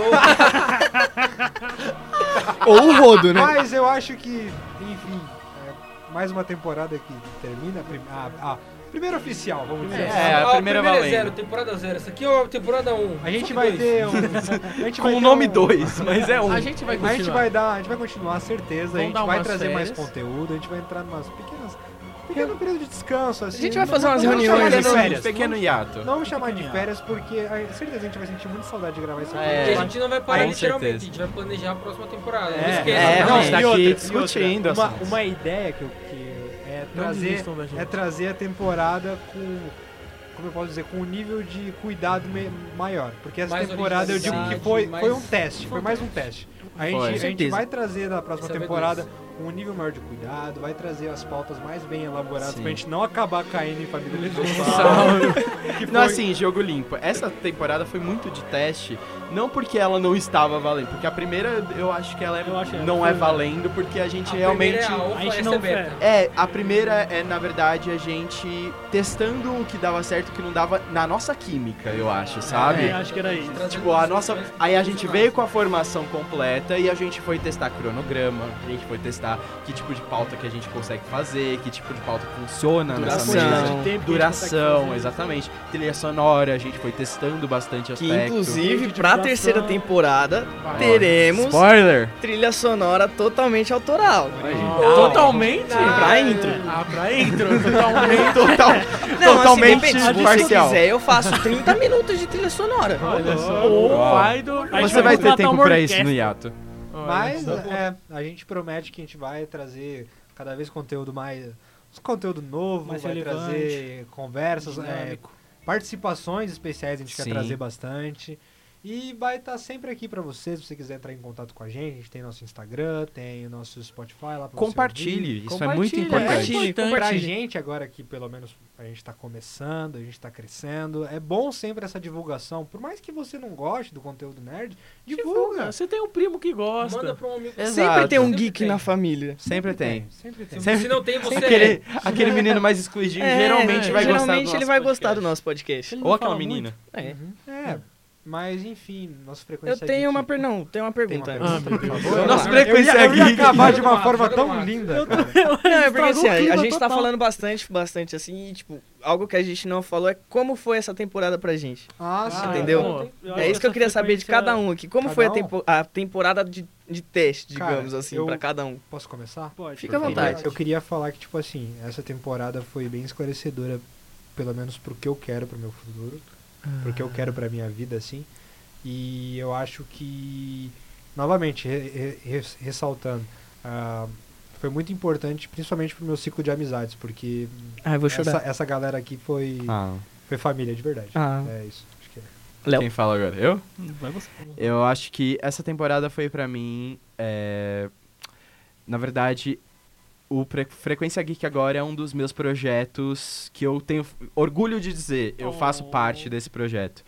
Speaker 3: Ou o rodo,
Speaker 4: Mas eu acho que, enfim, é, mais uma temporada que termina. a prim- A, a primeira oficial, vamos dizer. assim.
Speaker 2: É, a
Speaker 6: Ó,
Speaker 2: primeira
Speaker 6: é
Speaker 2: valendo.
Speaker 6: zero, temporada zero. Essa aqui é a temporada 1. Um.
Speaker 4: A gente
Speaker 6: Só
Speaker 4: vai
Speaker 6: dois.
Speaker 4: ter um. A gente vai
Speaker 2: Com o
Speaker 4: ter
Speaker 2: nome
Speaker 4: um-
Speaker 2: 2, mas é um.
Speaker 1: A gente vai
Speaker 4: A gente
Speaker 1: continuar.
Speaker 4: vai dar, a gente vai continuar, certeza.
Speaker 1: Vamos
Speaker 4: a gente
Speaker 1: dar
Speaker 4: vai
Speaker 1: umas
Speaker 4: trazer mais
Speaker 1: férias.
Speaker 4: conteúdo, a gente vai entrar numas pequenas. Pequeno período de descanso, assim.
Speaker 3: gente vai
Speaker 4: não-
Speaker 3: fazer umas
Speaker 4: não vamos chamar
Speaker 3: reuniões
Speaker 4: de
Speaker 3: assim.
Speaker 4: férias.
Speaker 2: pequeno hiato.
Speaker 4: Não vamos chamar de férias, porque a certeza a gente vai sentir muito saudade de gravar isso aqui.
Speaker 6: Porque
Speaker 2: É.
Speaker 6: a gente não vai parar
Speaker 2: Com
Speaker 6: literalmente,
Speaker 2: certeza.
Speaker 6: a gente vai planejar a próxima temporada.
Speaker 4: É,
Speaker 6: não esqueça.
Speaker 2: É,
Speaker 4: não,
Speaker 2: a gente tá
Speaker 4: e
Speaker 2: aqui
Speaker 4: outra, e outra,
Speaker 2: discutindo
Speaker 4: Uma,
Speaker 2: assuntos.
Speaker 4: uma ideia que, eu, que é
Speaker 1: Não
Speaker 4: trazer
Speaker 1: desistam da gente.
Speaker 4: é trazer a temporada com, como eu posso dizer, com um nível de cuidado me- maior. Porque essa
Speaker 6: Mais
Speaker 4: temporada eu digo que
Speaker 6: originalidade,
Speaker 4: foi,
Speaker 6: mais-
Speaker 4: foi um teste, foi mais um teste. A gente,
Speaker 2: Foi.
Speaker 4: a gente
Speaker 2: Certeza.
Speaker 4: vai trazer na próxima
Speaker 6: Isso é
Speaker 4: temporada um nível maior de cuidado, vai trazer as pautas mais bem elaboradas
Speaker 2: Sim.
Speaker 4: pra gente não acabar caindo em família de
Speaker 2: Dinossauro.
Speaker 4: que
Speaker 2: Não,
Speaker 4: foi-
Speaker 2: assim, jogo limpo. Essa temporada foi muito de teste, não porque ela não estava valendo, porque a primeira eu acho que ela é-
Speaker 5: Eu acho, é,
Speaker 2: não
Speaker 5: foi-
Speaker 2: é valendo, porque a gente
Speaker 6: A
Speaker 2: realmente.
Speaker 6: primeira é alfa,
Speaker 5: A gente
Speaker 6: essa
Speaker 5: não
Speaker 6: é beta.
Speaker 5: fere.
Speaker 2: É, a primeira é, na verdade, a gente testando o que dava certo e o que não dava na nossa química, eu acho, sabe?
Speaker 5: É, acho que era isso.
Speaker 6: Trazendo
Speaker 2: Tipo, a
Speaker 6: as
Speaker 2: nossa.
Speaker 6: questões que
Speaker 2: Aí a gente
Speaker 6: funcionaram.
Speaker 2: veio com a formação completa e a gente foi testar cronograma, a gente foi testar que tipo de pauta que a gente consegue fazer, que tipo de pauta funciona nessa
Speaker 3: Duração.
Speaker 2: mesa.
Speaker 5: de tempo que a gente consegue
Speaker 2: Duração,
Speaker 5: fazer.
Speaker 2: exatamente. Trilha sonora, a gente foi testando bastante
Speaker 3: Que
Speaker 2: aspectos.
Speaker 3: inclusive,
Speaker 5: Gente,
Speaker 3: pra
Speaker 5: divulgação.
Speaker 3: terceira temporada, teremos
Speaker 2: Spoiler!
Speaker 3: trilha sonora totalmente autoral.
Speaker 1: Totalmente?
Speaker 3: Pra intro.
Speaker 1: Ah, pra intro. Totalmente.
Speaker 2: Total,
Speaker 3: Não,
Speaker 2: totalmente
Speaker 3: assim, depende, Se eu
Speaker 2: parcial.
Speaker 3: quiser, eu faço 30 minutos de trilha sonora.
Speaker 1: Olha só. O pai do.
Speaker 5: A gente
Speaker 2: Você vai ter
Speaker 5: contratar
Speaker 2: tempo
Speaker 5: uma
Speaker 2: pra isso no
Speaker 5: orquestra.
Speaker 2: hiato.
Speaker 1: Olha
Speaker 4: Mas
Speaker 5: Então,
Speaker 1: só.
Speaker 4: é, a gente promete que a gente vai trazer cada vez conteúdo mais. Conteúdo novo,
Speaker 5: Mais
Speaker 4: vai
Speaker 5: relevante.
Speaker 4: trazer conversas, é,
Speaker 5: Dinâmico.
Speaker 4: participações especiais, a gente
Speaker 2: Sim.
Speaker 4: quer trazer bastante. E vai estar sempre aqui pra você, se você quiser entrar em contato com a gente, a gente tem nosso Instagram, tem o nosso Spotify lá pra
Speaker 2: Compartilhe, isso é muito
Speaker 1: Compartilha,
Speaker 5: né?
Speaker 2: importante.
Speaker 1: É
Speaker 4: Você ouvir. Pra
Speaker 1: importante.
Speaker 4: gente agora que pelo menos a gente tá começando, a gente tá crescendo, é bom sempre essa divulgação, por mais que você não goste do conteúdo nerd, divulga.
Speaker 1: Divulga. Você tem um primo que gosta.
Speaker 6: Manda pra um amigo.
Speaker 2: Exato.
Speaker 3: Sempre tem um
Speaker 6: Sempre
Speaker 3: geek
Speaker 6: tem.
Speaker 3: na família.
Speaker 2: Sempre tem.
Speaker 4: Sempre tem.
Speaker 6: Se,
Speaker 2: Sempre-
Speaker 6: se não tem, você
Speaker 2: Sem
Speaker 6: é.
Speaker 2: querer, aquele menino mais excluidinho
Speaker 3: É,
Speaker 2: geralmente vai gostar do
Speaker 3: geralmente
Speaker 2: nosso
Speaker 3: ele vai
Speaker 2: podcast.
Speaker 3: gostar do nosso podcast.
Speaker 5: Ele não
Speaker 2: Ou aquela
Speaker 5: fala muito.
Speaker 2: menina.
Speaker 3: É.
Speaker 4: É, mas enfim, nossa
Speaker 3: Eu
Speaker 4: frequência.
Speaker 3: tenho uma,
Speaker 4: é geek- tá.
Speaker 3: per... não, tenho uma pergunta.
Speaker 4: Tem
Speaker 3: antes.
Speaker 4: uma
Speaker 1: Ah, meu Deus.
Speaker 4: Eu-
Speaker 2: Nossa
Speaker 4: eu-
Speaker 2: frequência
Speaker 4: eu ia- eu ia
Speaker 2: geek.
Speaker 4: acabar de
Speaker 6: Joga
Speaker 4: uma
Speaker 6: no
Speaker 4: forma
Speaker 6: mato, joga no
Speaker 4: tão
Speaker 6: mato.
Speaker 4: linda. cara.
Speaker 3: Não, é porque assim,
Speaker 5: Estragou o
Speaker 3: a, a
Speaker 5: clima
Speaker 3: gente tá
Speaker 5: total.
Speaker 3: falando bastante, bastante assim, e, tipo, algo que a gente não falou é como foi essa temporada pra gente.
Speaker 4: Ah, sim.
Speaker 3: Entendeu?
Speaker 1: Pô,
Speaker 5: Eu
Speaker 3: é
Speaker 5: acho
Speaker 3: isso que eu
Speaker 5: essa
Speaker 3: queria saber de
Speaker 5: frequência-
Speaker 3: cada um aqui. Como
Speaker 4: Cada
Speaker 3: foi a,
Speaker 4: um?
Speaker 3: tempo- a temporada de, de teste,
Speaker 4: Cara,
Speaker 3: digamos assim,
Speaker 4: eu-
Speaker 3: pra cada um?
Speaker 4: Posso começar?
Speaker 5: Pode.
Speaker 3: Fica à
Speaker 2: Por favor.
Speaker 3: vontade.
Speaker 4: Eu queria falar que, tipo assim, essa temporada foi bem esclarecedora, pelo menos pro que eu quero pro meu futuro, pro
Speaker 3: Ah.
Speaker 4: que eu quero pra minha vida, assim. E eu acho que, novamente, re- re- res- ressaltando, ah, foi muito importante, principalmente pro meu ciclo de amizades, porque
Speaker 3: Ah, eu vou
Speaker 4: essa, essa galera aqui foi,
Speaker 2: Ah,
Speaker 4: foi família, de verdade.
Speaker 3: Ah.
Speaker 4: É isso. Acho que é.
Speaker 3: Léo.
Speaker 2: quem fala agora? Eu?
Speaker 5: Vai você.
Speaker 2: Eu acho que essa temporada foi pra mim. é, Na verdade, o Pre- Frequência Geek agora é um dos meus projetos que eu tenho f- orgulho de dizer. Eu faço parte desse projeto.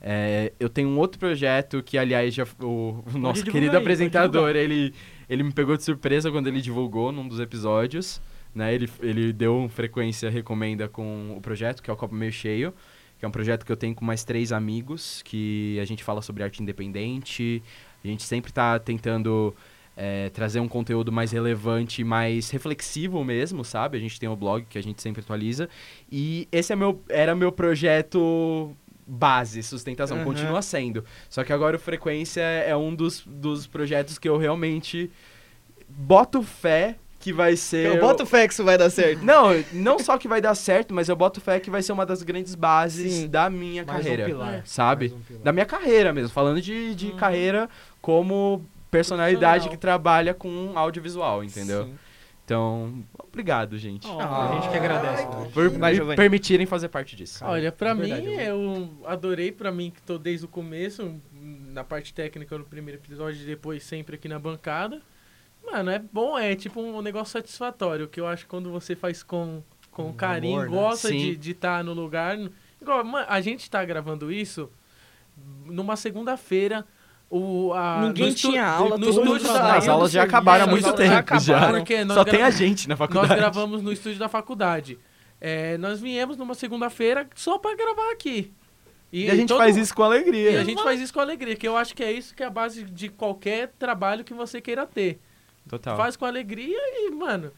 Speaker 2: É, eu tenho um outro projeto que, aliás, já, o, o nosso
Speaker 5: divulgar aí,
Speaker 2: querido
Speaker 5: pode
Speaker 2: apresentador, ele, ele me pegou de surpresa quando ele divulgou num dos episódios. Né? Ele, ele deu um frequência recomenda com o projeto, que é o Copo Meio Cheio, que é um projeto que eu tenho com mais três amigos, que a gente fala sobre arte independente. A gente sempre está tentando é, trazer um conteúdo mais relevante, mais reflexivo mesmo, sabe? A gente tem o blog que a gente sempre atualiza. E esse é meu, era meu projeto base, sustentação,
Speaker 3: Aham.
Speaker 2: continua sendo. Só que agora o Frequência é um dos, dos projetos que eu realmente boto fé que vai ser.
Speaker 3: Eu boto fé que isso vai dar certo.
Speaker 2: Não, não só que vai dar certo, mas eu boto fé que vai ser uma das grandes bases
Speaker 3: Sim.
Speaker 2: da minha
Speaker 4: Mais um
Speaker 2: carreira.
Speaker 4: pilar.
Speaker 2: sabe?
Speaker 4: Mais um pilar.
Speaker 2: da minha carreira mesmo, falando de, de
Speaker 5: Uhum.
Speaker 2: carreira como personalidade
Speaker 5: Profissional.
Speaker 2: que trabalha com audiovisual, entendeu? Então, obrigado, gente.
Speaker 5: Ó,
Speaker 4: Ah,
Speaker 1: Ah,
Speaker 4: A gente que agradece.
Speaker 6: Ai,
Speaker 4: né?
Speaker 2: Por
Speaker 3: Vai,
Speaker 2: me
Speaker 3: Giovanni.
Speaker 2: permitirem fazer parte disso.
Speaker 4: Cara,
Speaker 1: Olha, pra
Speaker 4: de verdade,
Speaker 1: mim, eu... adorei, pra mim que tô desde o começo, na parte técnica no primeiro episódio e depois sempre aqui na bancada. Mano, é bom, é tipo um negócio satisfatório, que eu acho que quando você faz com, com
Speaker 4: Com
Speaker 1: carinho,
Speaker 4: amor, né?
Speaker 1: gosta
Speaker 2: Sim.
Speaker 1: de estar no lugar. Igual, mano, a gente tá gravando isso numa segunda-feira. O, a,
Speaker 3: Ninguém
Speaker 1: no estu-
Speaker 3: tinha aula,
Speaker 1: no
Speaker 3: todo
Speaker 1: estúdio
Speaker 3: mundo
Speaker 2: As,
Speaker 1: da-
Speaker 3: trabalhava.
Speaker 1: eu não
Speaker 2: aulas já
Speaker 1: sei,
Speaker 2: acabaram há
Speaker 1: é,
Speaker 2: muito
Speaker 1: as
Speaker 2: tempo.
Speaker 1: aulas já acabaram,
Speaker 2: já.
Speaker 1: porque nós
Speaker 2: Só
Speaker 1: gra-
Speaker 2: tem a gente na faculdade.
Speaker 1: nós gravamos no estúdio da faculdade. É, nós viemos numa segunda-feira só pra gravar aqui.
Speaker 2: E a gente
Speaker 1: todo-
Speaker 2: faz isso com alegria.
Speaker 1: E a gente faz isso com alegria, que eu acho que é isso que é a base de qualquer trabalho que você queira ter.
Speaker 2: Total.
Speaker 1: Faz com alegria e, mano,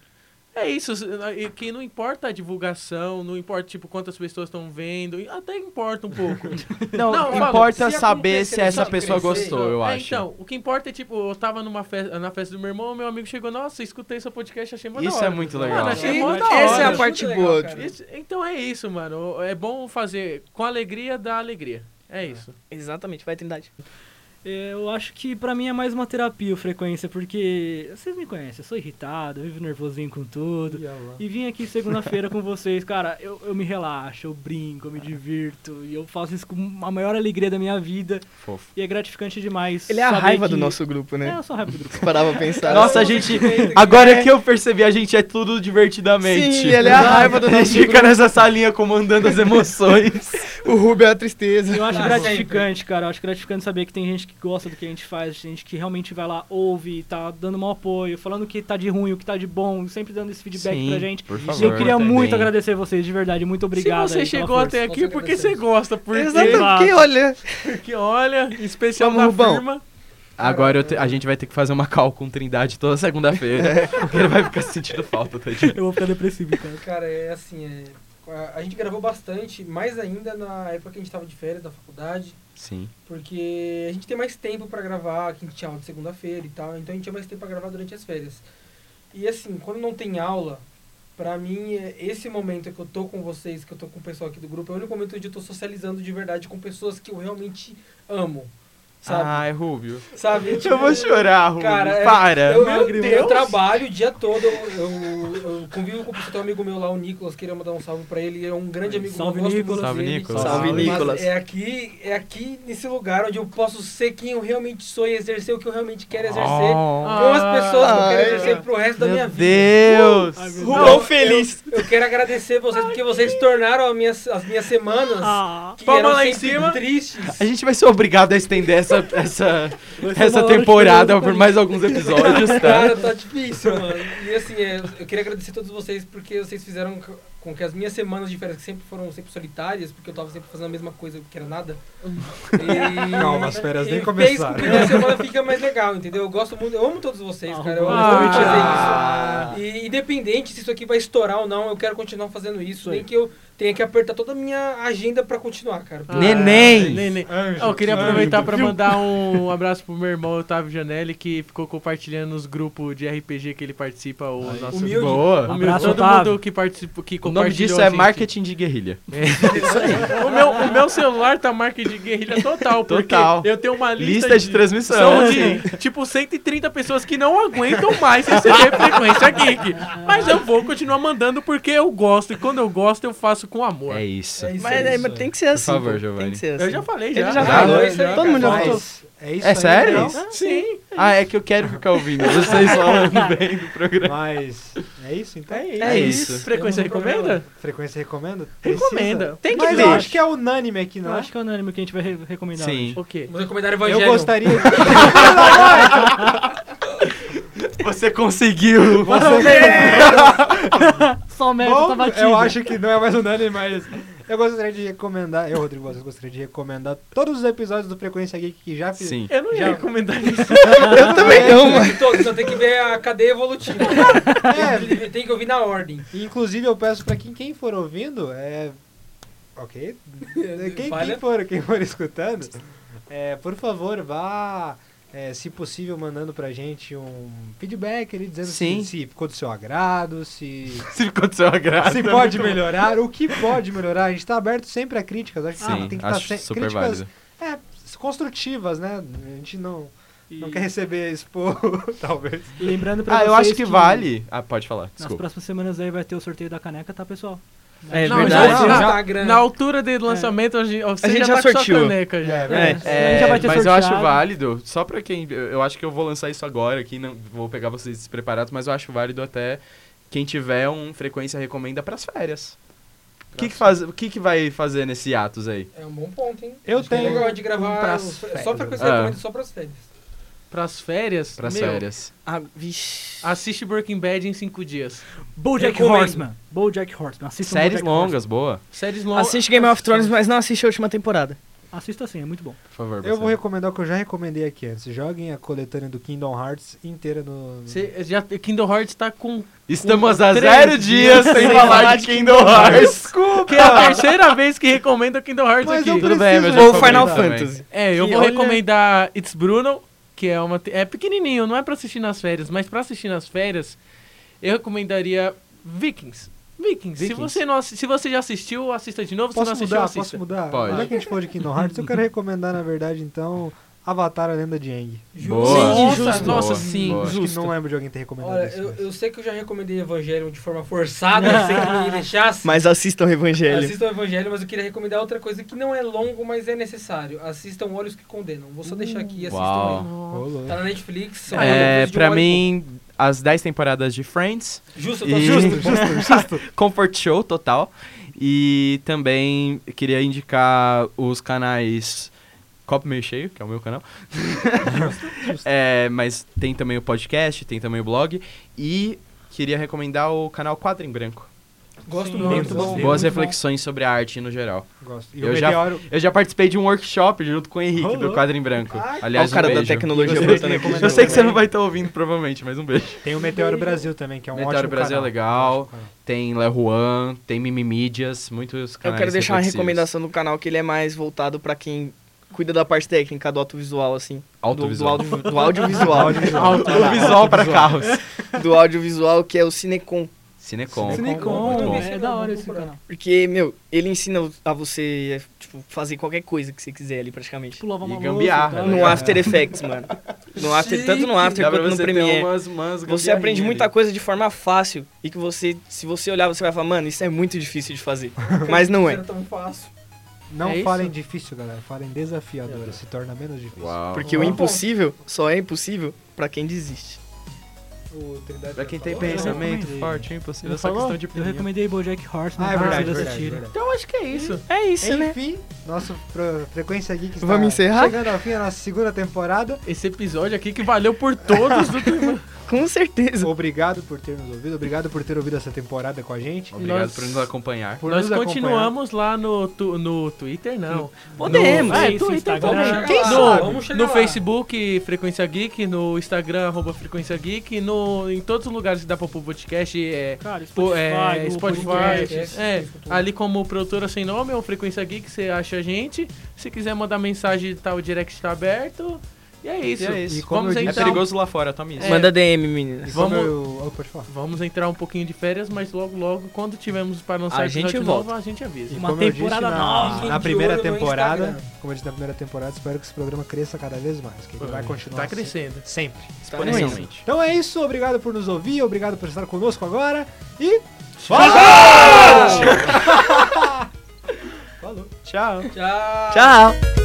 Speaker 1: é isso. E que não importa a divulgação, não importa, tipo, quantas pessoas estão vendo, e até importa um pouco.
Speaker 2: Não,
Speaker 1: Não, fala,
Speaker 2: importa
Speaker 6: se
Speaker 2: saber
Speaker 6: acontecer,
Speaker 2: se essa
Speaker 6: se
Speaker 2: pessoa
Speaker 6: crescer,
Speaker 2: gostou, eu
Speaker 1: É,
Speaker 2: acho.
Speaker 1: Então, o que importa é, tipo, eu tava numa festa, na festa do meu irmão, meu amigo chegou, nossa, escutei seu podcast, achei mó da
Speaker 2: isso
Speaker 1: hora.
Speaker 2: é muito
Speaker 1: Mano,
Speaker 2: legal.
Speaker 1: achei
Speaker 3: Sim,
Speaker 1: mó da
Speaker 3: Essa é
Speaker 1: hora.
Speaker 3: a parte boa. tipo,
Speaker 1: Isso- então é isso, mano. É bom fazer com alegria da alegria. É isso.
Speaker 3: Exatamente, vai Trindade.
Speaker 5: Eu acho que pra mim é mais uma terapia o frequência, porque vocês me conhecem, eu sou irritado, eu vivo nervosinho com tudo.
Speaker 4: Ih, olha lá.
Speaker 5: E vim aqui segunda-feira com vocês, cara, eu, eu me relaxo, eu brinco, eu me divirto, e eu faço isso com a maior alegria da minha vida,
Speaker 2: Fofo.
Speaker 5: e é gratificante demais.
Speaker 3: Ele é a
Speaker 5: saber
Speaker 3: raiva
Speaker 5: que-
Speaker 3: do nosso grupo,
Speaker 5: É,
Speaker 3: né?
Speaker 5: eu sou a raiva do grupo.
Speaker 3: Se parar pra pensar.
Speaker 2: Nossa, a
Speaker 6: Eu-
Speaker 2: gente. Agora que eu percebi, a gente é tudo divertidamente.
Speaker 3: Sim, ele é a raiva do
Speaker 2: A gente
Speaker 3: nosso
Speaker 2: fica
Speaker 3: grupo.
Speaker 2: nessa salinha comandando as emoções.
Speaker 3: O Rubio é a tristeza.
Speaker 5: Eu acho
Speaker 6: Ah,
Speaker 5: gratificante, cara. Eu acho gratificante saber que tem gente que gosta do que a gente faz, gente que realmente vai lá, ouve, tá dando um apoio, falando o que tá de ruim, o que tá de bom, sempre dando esse feedback pra gente.
Speaker 2: Por
Speaker 5: E
Speaker 2: favor,
Speaker 5: eu queria
Speaker 2: também.
Speaker 5: muito agradecer vocês, de verdade. Muito obrigado.
Speaker 1: Se você
Speaker 5: aí pela
Speaker 1: chegou
Speaker 5: força.
Speaker 1: até aqui,
Speaker 6: Nós
Speaker 1: porque você
Speaker 6: agradecemos.
Speaker 1: gosta. Porque,
Speaker 3: Exatamente, quem olha.
Speaker 1: porque olha, especial
Speaker 3: Vamos,
Speaker 1: da
Speaker 3: Rubão.
Speaker 1: firma.
Speaker 2: Agora eu te- a gente vai ter que fazer uma call com o Trindade toda segunda-feira. porque ele vai ficar sentindo falta, tadinho.
Speaker 5: Eu vou ficar depressivo, cara.
Speaker 6: Cara, é assim, é, a- a gente gravou bastante, mais ainda na época que a gente tava de férias da faculdade,
Speaker 2: Sim.
Speaker 6: porque a gente tem mais tempo pra gravar, que a gente tinha aula de segunda-feira e tal, então a gente tinha mais tempo pra gravar durante as férias. E assim, quando não tem aula, pra mim, é esse momento que eu tô com vocês, que eu tô com o pessoal aqui do grupo, é o único momento onde eu tô socializando de verdade com pessoas que eu realmente amo. Sabe?
Speaker 2: Ai, é Rubio.
Speaker 6: sabe?
Speaker 2: Ah.
Speaker 6: Tipo,
Speaker 2: Eu vou chorar, Rubio.
Speaker 6: Cara, é-
Speaker 2: Para.
Speaker 6: Eu,
Speaker 5: Meu
Speaker 6: eu,
Speaker 5: Deus.
Speaker 6: eu trabalho o dia todo, eu, eu, eu convivo com tem um amigo meu lá, o Nicolas, queria mandar um salve pra ele, é um grande amigo
Speaker 5: Salve,
Speaker 6: eu gosto muito
Speaker 5: Nicolas.
Speaker 2: Salve,
Speaker 6: dele.
Speaker 2: Nicolas.
Speaker 3: Salve,
Speaker 6: Mas
Speaker 3: Nicolas.
Speaker 6: É aqui, é aqui nesse lugar onde eu posso ser quem eu realmente sou e exercer o que eu realmente quero exercer
Speaker 2: Oh,
Speaker 6: com as pessoas que eu quero
Speaker 3: Ai.
Speaker 6: exercer pro resto da minha
Speaker 2: meu
Speaker 6: vida.
Speaker 2: Deus.
Speaker 5: Ai, meu
Speaker 6: Rubão
Speaker 3: Rubão
Speaker 6: feliz.
Speaker 3: feliz.
Speaker 6: Eu quero agradecer vocês porque vocês tornaram as minhas, as minhas semanas
Speaker 5: Ah,
Speaker 6: que
Speaker 1: Palma
Speaker 6: eram
Speaker 1: lá em
Speaker 6: sempre
Speaker 1: cima.
Speaker 6: tristes.
Speaker 2: A gente vai ser obrigado a estender essa, essa,
Speaker 5: vai ser uma
Speaker 2: essa
Speaker 5: hora
Speaker 2: temporada
Speaker 5: de
Speaker 2: por mais alguns episódios, tá?
Speaker 6: Cara, tá difícil, mano. E assim, é, eu queria agradecer a todos vocês porque vocês fizeram co- com que as minhas semanas de férias, que sempre foram sempre solitárias, porque eu tava sempre fazendo a mesma coisa que era nada. E...
Speaker 4: Calma, as férias
Speaker 6: e
Speaker 4: nem
Speaker 6: Fez com que
Speaker 4: começaram.
Speaker 6: minha semana fica mais legal, entendeu? Eu gosto muito, eu amo todos vocês,
Speaker 5: Ah,
Speaker 6: cara. Eu
Speaker 5: Rubão.
Speaker 6: amo muito
Speaker 2: Ah.
Speaker 6: fazer isso. E independente se isso aqui vai estourar ou não, eu quero continuar fazendo isso.
Speaker 5: Isso aí.
Speaker 6: Nem que eu tenha que apertar toda a minha agenda pra continuar, cara.
Speaker 1: Ah,
Speaker 2: Neném.
Speaker 1: neném.
Speaker 4: Anjo,
Speaker 1: Ah, eu queria
Speaker 4: anjo.
Speaker 1: aproveitar pra mandar um abraço pro meu irmão Otávio Janelli, que ficou compartilhando os grupos de RPG que ele participa, os nossos
Speaker 6: humilde.
Speaker 2: Boa.
Speaker 1: O meu-
Speaker 5: Abraço,
Speaker 1: todo
Speaker 5: Otávio.
Speaker 1: mundo que participou, que
Speaker 2: O nome
Speaker 1: compartilhou
Speaker 2: disso é
Speaker 1: a gente.
Speaker 2: marketing de guerrilha.
Speaker 1: O meu, o meu celular tá marca de guerrilha total, porque
Speaker 2: Total.
Speaker 1: eu tenho uma lista,
Speaker 2: Lista de transmissão.
Speaker 1: São de, tipo, 130 pessoas que não aguentam mais receber frequência geek. Mas eu vou continuar mandando porque eu gosto. E quando eu gosto, eu faço com amor.
Speaker 2: É isso.
Speaker 6: É isso
Speaker 3: Mas,
Speaker 6: aí.
Speaker 3: é, mas tem que ser assim.
Speaker 2: favor,
Speaker 3: pô.
Speaker 2: Giovanni.
Speaker 3: Tem que ser assim.
Speaker 4: Ah,
Speaker 1: Eu já tá né? falei,
Speaker 3: Ele
Speaker 1: já.
Speaker 3: já
Speaker 2: falou
Speaker 6: isso aí,
Speaker 3: Todo mundo já
Speaker 2: Mas
Speaker 3: falou.
Speaker 4: É isso
Speaker 2: É
Speaker 4: aí,
Speaker 2: sério?
Speaker 4: então?
Speaker 1: Sim,
Speaker 2: Ah, é que eu quero ficar ouvindo. Vocês falam bem do programa.
Speaker 4: Mas é isso então?
Speaker 1: é isso.
Speaker 2: É isso.
Speaker 1: Frequência
Speaker 6: Temos um problema.
Speaker 1: recomenda?
Speaker 4: Frequência recomenda?
Speaker 1: Recomenda.
Speaker 4: Tem
Speaker 1: que
Speaker 4: Mas
Speaker 1: ter.
Speaker 4: eu acho que é unânime aqui, não
Speaker 5: Eu acho que é o anônimo que a gente vai re- recomendar.
Speaker 2: Sim.
Speaker 5: hoje.
Speaker 1: O quê?
Speaker 6: Vamos recomendar
Speaker 4: Eu
Speaker 6: Evangelho.
Speaker 4: gostaria.
Speaker 2: Você conseguiu.
Speaker 5: Só o mérito
Speaker 4: Bom,
Speaker 5: tá batido.
Speaker 4: eu acho que não é mais unânime, mas eu gostaria de recomendar, eu, Rodrigo Vasquez, gostaria de recomendar todos os episódios do Frequência Geek que já fiz.
Speaker 2: Sim.
Speaker 1: Eu não ia
Speaker 4: Já.
Speaker 1: recomendar isso.
Speaker 4: Eu também não,
Speaker 6: De todos, só tem que ver a cadeia evolutiva.
Speaker 4: É.
Speaker 6: Tem- Tem que ouvir na ordem.
Speaker 4: Inclusive, eu peço pra quem, quem for ouvindo, é. Ok?
Speaker 6: É,
Speaker 4: Quem, quem,
Speaker 6: Falha.
Speaker 4: for, quem for escutando, é, por favor, vá, é, se possível, mandando pra gente um feedback ali, dizendo
Speaker 2: Sim.
Speaker 4: se, se ficou do seu agrado, se,
Speaker 2: Se aconteceu a graça.
Speaker 4: se pode melhorar, o que pode melhorar. A gente tá aberto sempre a críticas. Acho que
Speaker 2: Sim,
Speaker 4: tem que
Speaker 2: acho
Speaker 4: estar tá
Speaker 2: super
Speaker 4: críticas
Speaker 2: válido.
Speaker 4: É, construtivas, né? A gente não, não
Speaker 5: E
Speaker 4: quer receber expor, talvez.
Speaker 5: Lembrando pra
Speaker 2: Ah,
Speaker 5: vocês
Speaker 2: eu acho que vale. Ah, pode falar.
Speaker 5: Nas
Speaker 2: Desculpa.
Speaker 5: próximas semanas aí vai ter o sorteio da caneca, tá, pessoal?
Speaker 1: Não,
Speaker 3: é verdade.
Speaker 1: já- já-
Speaker 6: Instagram.
Speaker 1: Na altura do lançamento, a gente, você
Speaker 3: A
Speaker 1: já,
Speaker 3: gente já É.
Speaker 1: tá com
Speaker 3: sorteou.
Speaker 1: sua caneca já.
Speaker 4: verdade.
Speaker 2: é,
Speaker 5: A gente já vai ter
Speaker 2: mas eu
Speaker 5: sorteado.
Speaker 2: acho válido, só pra quem. Eu eu acho que eu vou lançar isso agora aqui, não vou pegar vocês despreparados, mas eu acho válido até quem tiver um frequência recomenda pras férias. O que, que, faz, o que, que vai fazer nesse Atos aí?
Speaker 6: É um bom ponto, hein?
Speaker 4: Eu
Speaker 6: Acho que é
Speaker 4: tenho
Speaker 6: legal de
Speaker 4: um
Speaker 6: gravar
Speaker 4: pras
Speaker 6: os- só
Speaker 4: férias.
Speaker 6: frequência
Speaker 2: Ah.
Speaker 6: recomenda só pras férias.
Speaker 1: Pras férias?
Speaker 2: Pras
Speaker 1: meu,
Speaker 2: férias.
Speaker 3: Ah, vixi.
Speaker 1: Assiste Breaking Bad em cinco dias.
Speaker 5: Bojack
Speaker 6: Recomendo.
Speaker 5: Horseman. Bojack Horseman. Assista
Speaker 2: Séries longas, boa.
Speaker 1: Séries longas.
Speaker 3: Assiste Game of Thrones, mas não assiste a última temporada.
Speaker 5: Assista sim, é muito bom.
Speaker 2: Por favor,
Speaker 4: Eu
Speaker 2: você.
Speaker 4: vou recomendar o que eu já recomendei aqui antes. Joguem a coletânea do Kingdom Hearts inteira no. no-
Speaker 1: Cê, já, Kingdom Hearts tá com.
Speaker 2: Estamos a
Speaker 1: Três
Speaker 2: zero dias sem falar de Kingdom Hearts.
Speaker 1: Que é a terceira vez que recomenda Kingdom Hearts
Speaker 4: Mas
Speaker 1: aqui.
Speaker 4: eu
Speaker 2: Tudo bem, mas
Speaker 4: preciso-
Speaker 2: eu
Speaker 3: Ou
Speaker 2: recomendo
Speaker 3: Final
Speaker 2: também.
Speaker 3: Fantasy.
Speaker 1: É, eu
Speaker 3: E
Speaker 1: vou
Speaker 3: olha-
Speaker 1: recomendar It's Bruno, que é uma. te- É pequenininho, não é pra assistir nas férias, mas pra assistir nas férias, eu recomendaria Vikings. Vikings. Se,
Speaker 4: Vikings.
Speaker 1: você não, assi- se você já assistiu, assista de novo. Se não
Speaker 4: Posso
Speaker 1: assistiu,
Speaker 4: mudar?
Speaker 1: assista.
Speaker 4: Posso mudar?
Speaker 2: Pode.
Speaker 4: Já que a gente falou de Kingdom Hearts, eu quero recomendar, na verdade, então, Avatar a Lenda de Aang.
Speaker 2: Boa.
Speaker 1: Sim,
Speaker 6: Justo.
Speaker 1: justo. Nossa,
Speaker 2: Boa,
Speaker 1: sim.
Speaker 2: boa.
Speaker 4: Acho que não lembro de alguém ter recomendado
Speaker 6: Olha,
Speaker 4: isso.
Speaker 6: eu,
Speaker 4: mas-
Speaker 6: eu sei que eu já recomendei Evangelho de forma forçada, sem que ninguém deixasse.
Speaker 3: Mas assistam o Evangelho.
Speaker 6: Assistam o Evangelho, mas eu queria recomendar outra coisa que não é longo, mas é necessário. Assistam Olhos que Condenam. Vou só
Speaker 1: Hum.
Speaker 6: deixar aqui e assistam
Speaker 2: uau.
Speaker 4: Ô,
Speaker 6: aí.
Speaker 4: louco.
Speaker 6: Tá na Netflix. são
Speaker 2: É,
Speaker 6: capítulos de
Speaker 2: pra
Speaker 6: uma hora e
Speaker 2: mim, as 10 temporadas de Friends,
Speaker 6: pouco. Justo, eu tô
Speaker 2: e...
Speaker 6: assistindo.
Speaker 2: Comfort Show total. E também queria indicar os canais Copo Meio Cheio, que é o meu canal. É, mas tem também o podcast, tem também o blog. E queria recomendar o canal Quadro em Branco.
Speaker 6: Gosto
Speaker 5: Sim,
Speaker 6: muito.
Speaker 4: muito bom.
Speaker 6: gosto
Speaker 2: Boas
Speaker 6: muito.
Speaker 2: reflexões sobre a arte no geral.
Speaker 4: Gosto. E
Speaker 2: Eu
Speaker 4: o
Speaker 2: já-
Speaker 4: Meteoro.
Speaker 2: Eu já participei de um workshop junto com o Henrique
Speaker 4: Ô,
Speaker 2: do
Speaker 4: louco.
Speaker 2: Quadro em Branco.
Speaker 4: Ai,
Speaker 2: Aliás,
Speaker 3: Olha o cara
Speaker 2: um
Speaker 3: da
Speaker 2: beijo.
Speaker 3: tecnologia um
Speaker 4: Eu
Speaker 3: botando aqui.
Speaker 4: sei
Speaker 2: Eu sei que você não vai estar ouvindo, provavelmente, mas um beijo.
Speaker 4: Tem o Meteoro Brasil também, que é um
Speaker 2: Meteoro
Speaker 4: ótimo
Speaker 2: Brasil é
Speaker 4: canal.
Speaker 2: legal.
Speaker 4: Ótimo canal.
Speaker 2: Tem Le Juan, tem Mimimídias, muitos
Speaker 3: Eu
Speaker 2: canais
Speaker 3: quero deixar uma
Speaker 2: reflexivos.
Speaker 3: recomendação do canal que ele é mais voltado pra quem cuida da parte técnica do audiovisual, assim. Do, do,
Speaker 2: Autovisual. tá
Speaker 3: audio, do audiovisual.
Speaker 2: Autovisual para carros.
Speaker 3: do audiovisual, que é o Cinecom.
Speaker 2: Cinecom.
Speaker 4: Cinecom,
Speaker 2: Muito bom.
Speaker 5: é da hora esse canal.
Speaker 3: Porque, meu, ele ensina a você é, tipo, fazer qualquer coisa que você quiser ali, praticamente.
Speaker 5: Tipo, lavar
Speaker 2: E
Speaker 5: uma
Speaker 2: gambiarra,
Speaker 5: louça, e tal.
Speaker 2: né?
Speaker 3: No After Effects, mano. No after, tanto no After
Speaker 2: Dá pra
Speaker 3: quanto no
Speaker 2: você ter
Speaker 3: Premiere.
Speaker 2: umas, umas
Speaker 3: Você aprende
Speaker 2: gambiarrinhas
Speaker 3: muita
Speaker 2: ali.
Speaker 3: coisa de forma fácil e que você, se você olhar, você vai falar, mano, isso é muito difícil de fazer. Mas não é.
Speaker 6: Era tão fácil.
Speaker 4: Não
Speaker 1: É isso?
Speaker 4: falem difícil, galera. Falem desafiadora. Se torna menos difícil.
Speaker 2: É. Uau.
Speaker 3: Porque o impossível só é impossível pra quem desiste.
Speaker 4: O Trindade
Speaker 2: Pra
Speaker 4: já
Speaker 2: quem tem
Speaker 4: falou?
Speaker 2: pensamento
Speaker 5: recomendo.
Speaker 2: forte, é
Speaker 5: Ele
Speaker 2: impossível, só
Speaker 5: falou?
Speaker 2: questão de
Speaker 5: Eu recomendei Bojack Horseman.
Speaker 4: Ah, é
Speaker 5: pra
Speaker 4: verdade,
Speaker 5: vocês
Speaker 4: verdade,
Speaker 5: assistirem.
Speaker 4: verdade.
Speaker 1: Então acho que é isso.
Speaker 3: É isso, né?
Speaker 4: Enfim, nosso pro- Frequência Geek está
Speaker 3: Vamos encerrar?
Speaker 4: chegando ao fim da nossa segunda temporada.
Speaker 1: Esse episódio aqui que valeu por todos. do...
Speaker 3: Com certeza.
Speaker 4: Obrigado por ter nos ouvido, obrigado por ter ouvido essa temporada com a gente.
Speaker 2: Obrigado
Speaker 1: Nós-
Speaker 2: por nos acompanhar.
Speaker 4: Por
Speaker 1: Nós
Speaker 4: nos
Speaker 1: continuamos lá no, tu- no Twitter, não.
Speaker 3: Podemos.
Speaker 1: No, é,
Speaker 5: Isso,
Speaker 1: Twitter,
Speaker 5: Instagram.
Speaker 1: vamos chegar
Speaker 6: Quem
Speaker 1: lá.
Speaker 6: sabe?
Speaker 1: No,
Speaker 6: Vamos chegar
Speaker 1: no
Speaker 6: lá.
Speaker 1: Facebook, Frequência Geek, no Instagram, arroba Frequência Geek, no, em todos os lugares que dá pra pôr podcast, é,
Speaker 5: Cara,
Speaker 1: Pô,
Speaker 5: Spotify,
Speaker 1: é,
Speaker 5: Google
Speaker 1: Spotify,
Speaker 5: Podcasts.
Speaker 1: é,
Speaker 6: isso tudo.
Speaker 1: ali como produtora sem nome ou Frequência Geek, você acha a gente. Se quiser mandar mensagem, tá, o direct tá aberto. E é isso.
Speaker 2: E é isso.
Speaker 4: E como
Speaker 1: vamos
Speaker 4: eu
Speaker 2: É
Speaker 4: disse-
Speaker 1: entrar,
Speaker 2: perigoso lá fora, tome isso.
Speaker 1: É.
Speaker 3: Manda DM, menina.
Speaker 4: E como
Speaker 1: Vamos-
Speaker 4: eu- oh, pode falar.
Speaker 1: Vamos entrar um pouquinho de férias, mas logo, logo, quando tivermos para lançar
Speaker 3: A
Speaker 1: episódio
Speaker 3: gente
Speaker 1: novo, a gente avisa.
Speaker 4: E
Speaker 5: Uma
Speaker 4: como eu
Speaker 5: temporada
Speaker 4: disse, na,
Speaker 5: nova.
Speaker 6: Fiquem
Speaker 4: Na
Speaker 6: de
Speaker 4: primeira
Speaker 6: olho no
Speaker 4: temporada,
Speaker 6: Instagram.
Speaker 4: como eu disse na primeira temporada, espero que esse programa cresça cada vez mais, que ele vai continuar
Speaker 1: Tá
Speaker 4: assim,
Speaker 1: crescendo.
Speaker 4: sempre.
Speaker 2: Exponencialmente.
Speaker 4: Então é isso, obrigado por nos ouvir, obrigado por estar conosco agora e falou!
Speaker 2: Tchau.
Speaker 6: Tchau.
Speaker 3: Tchau.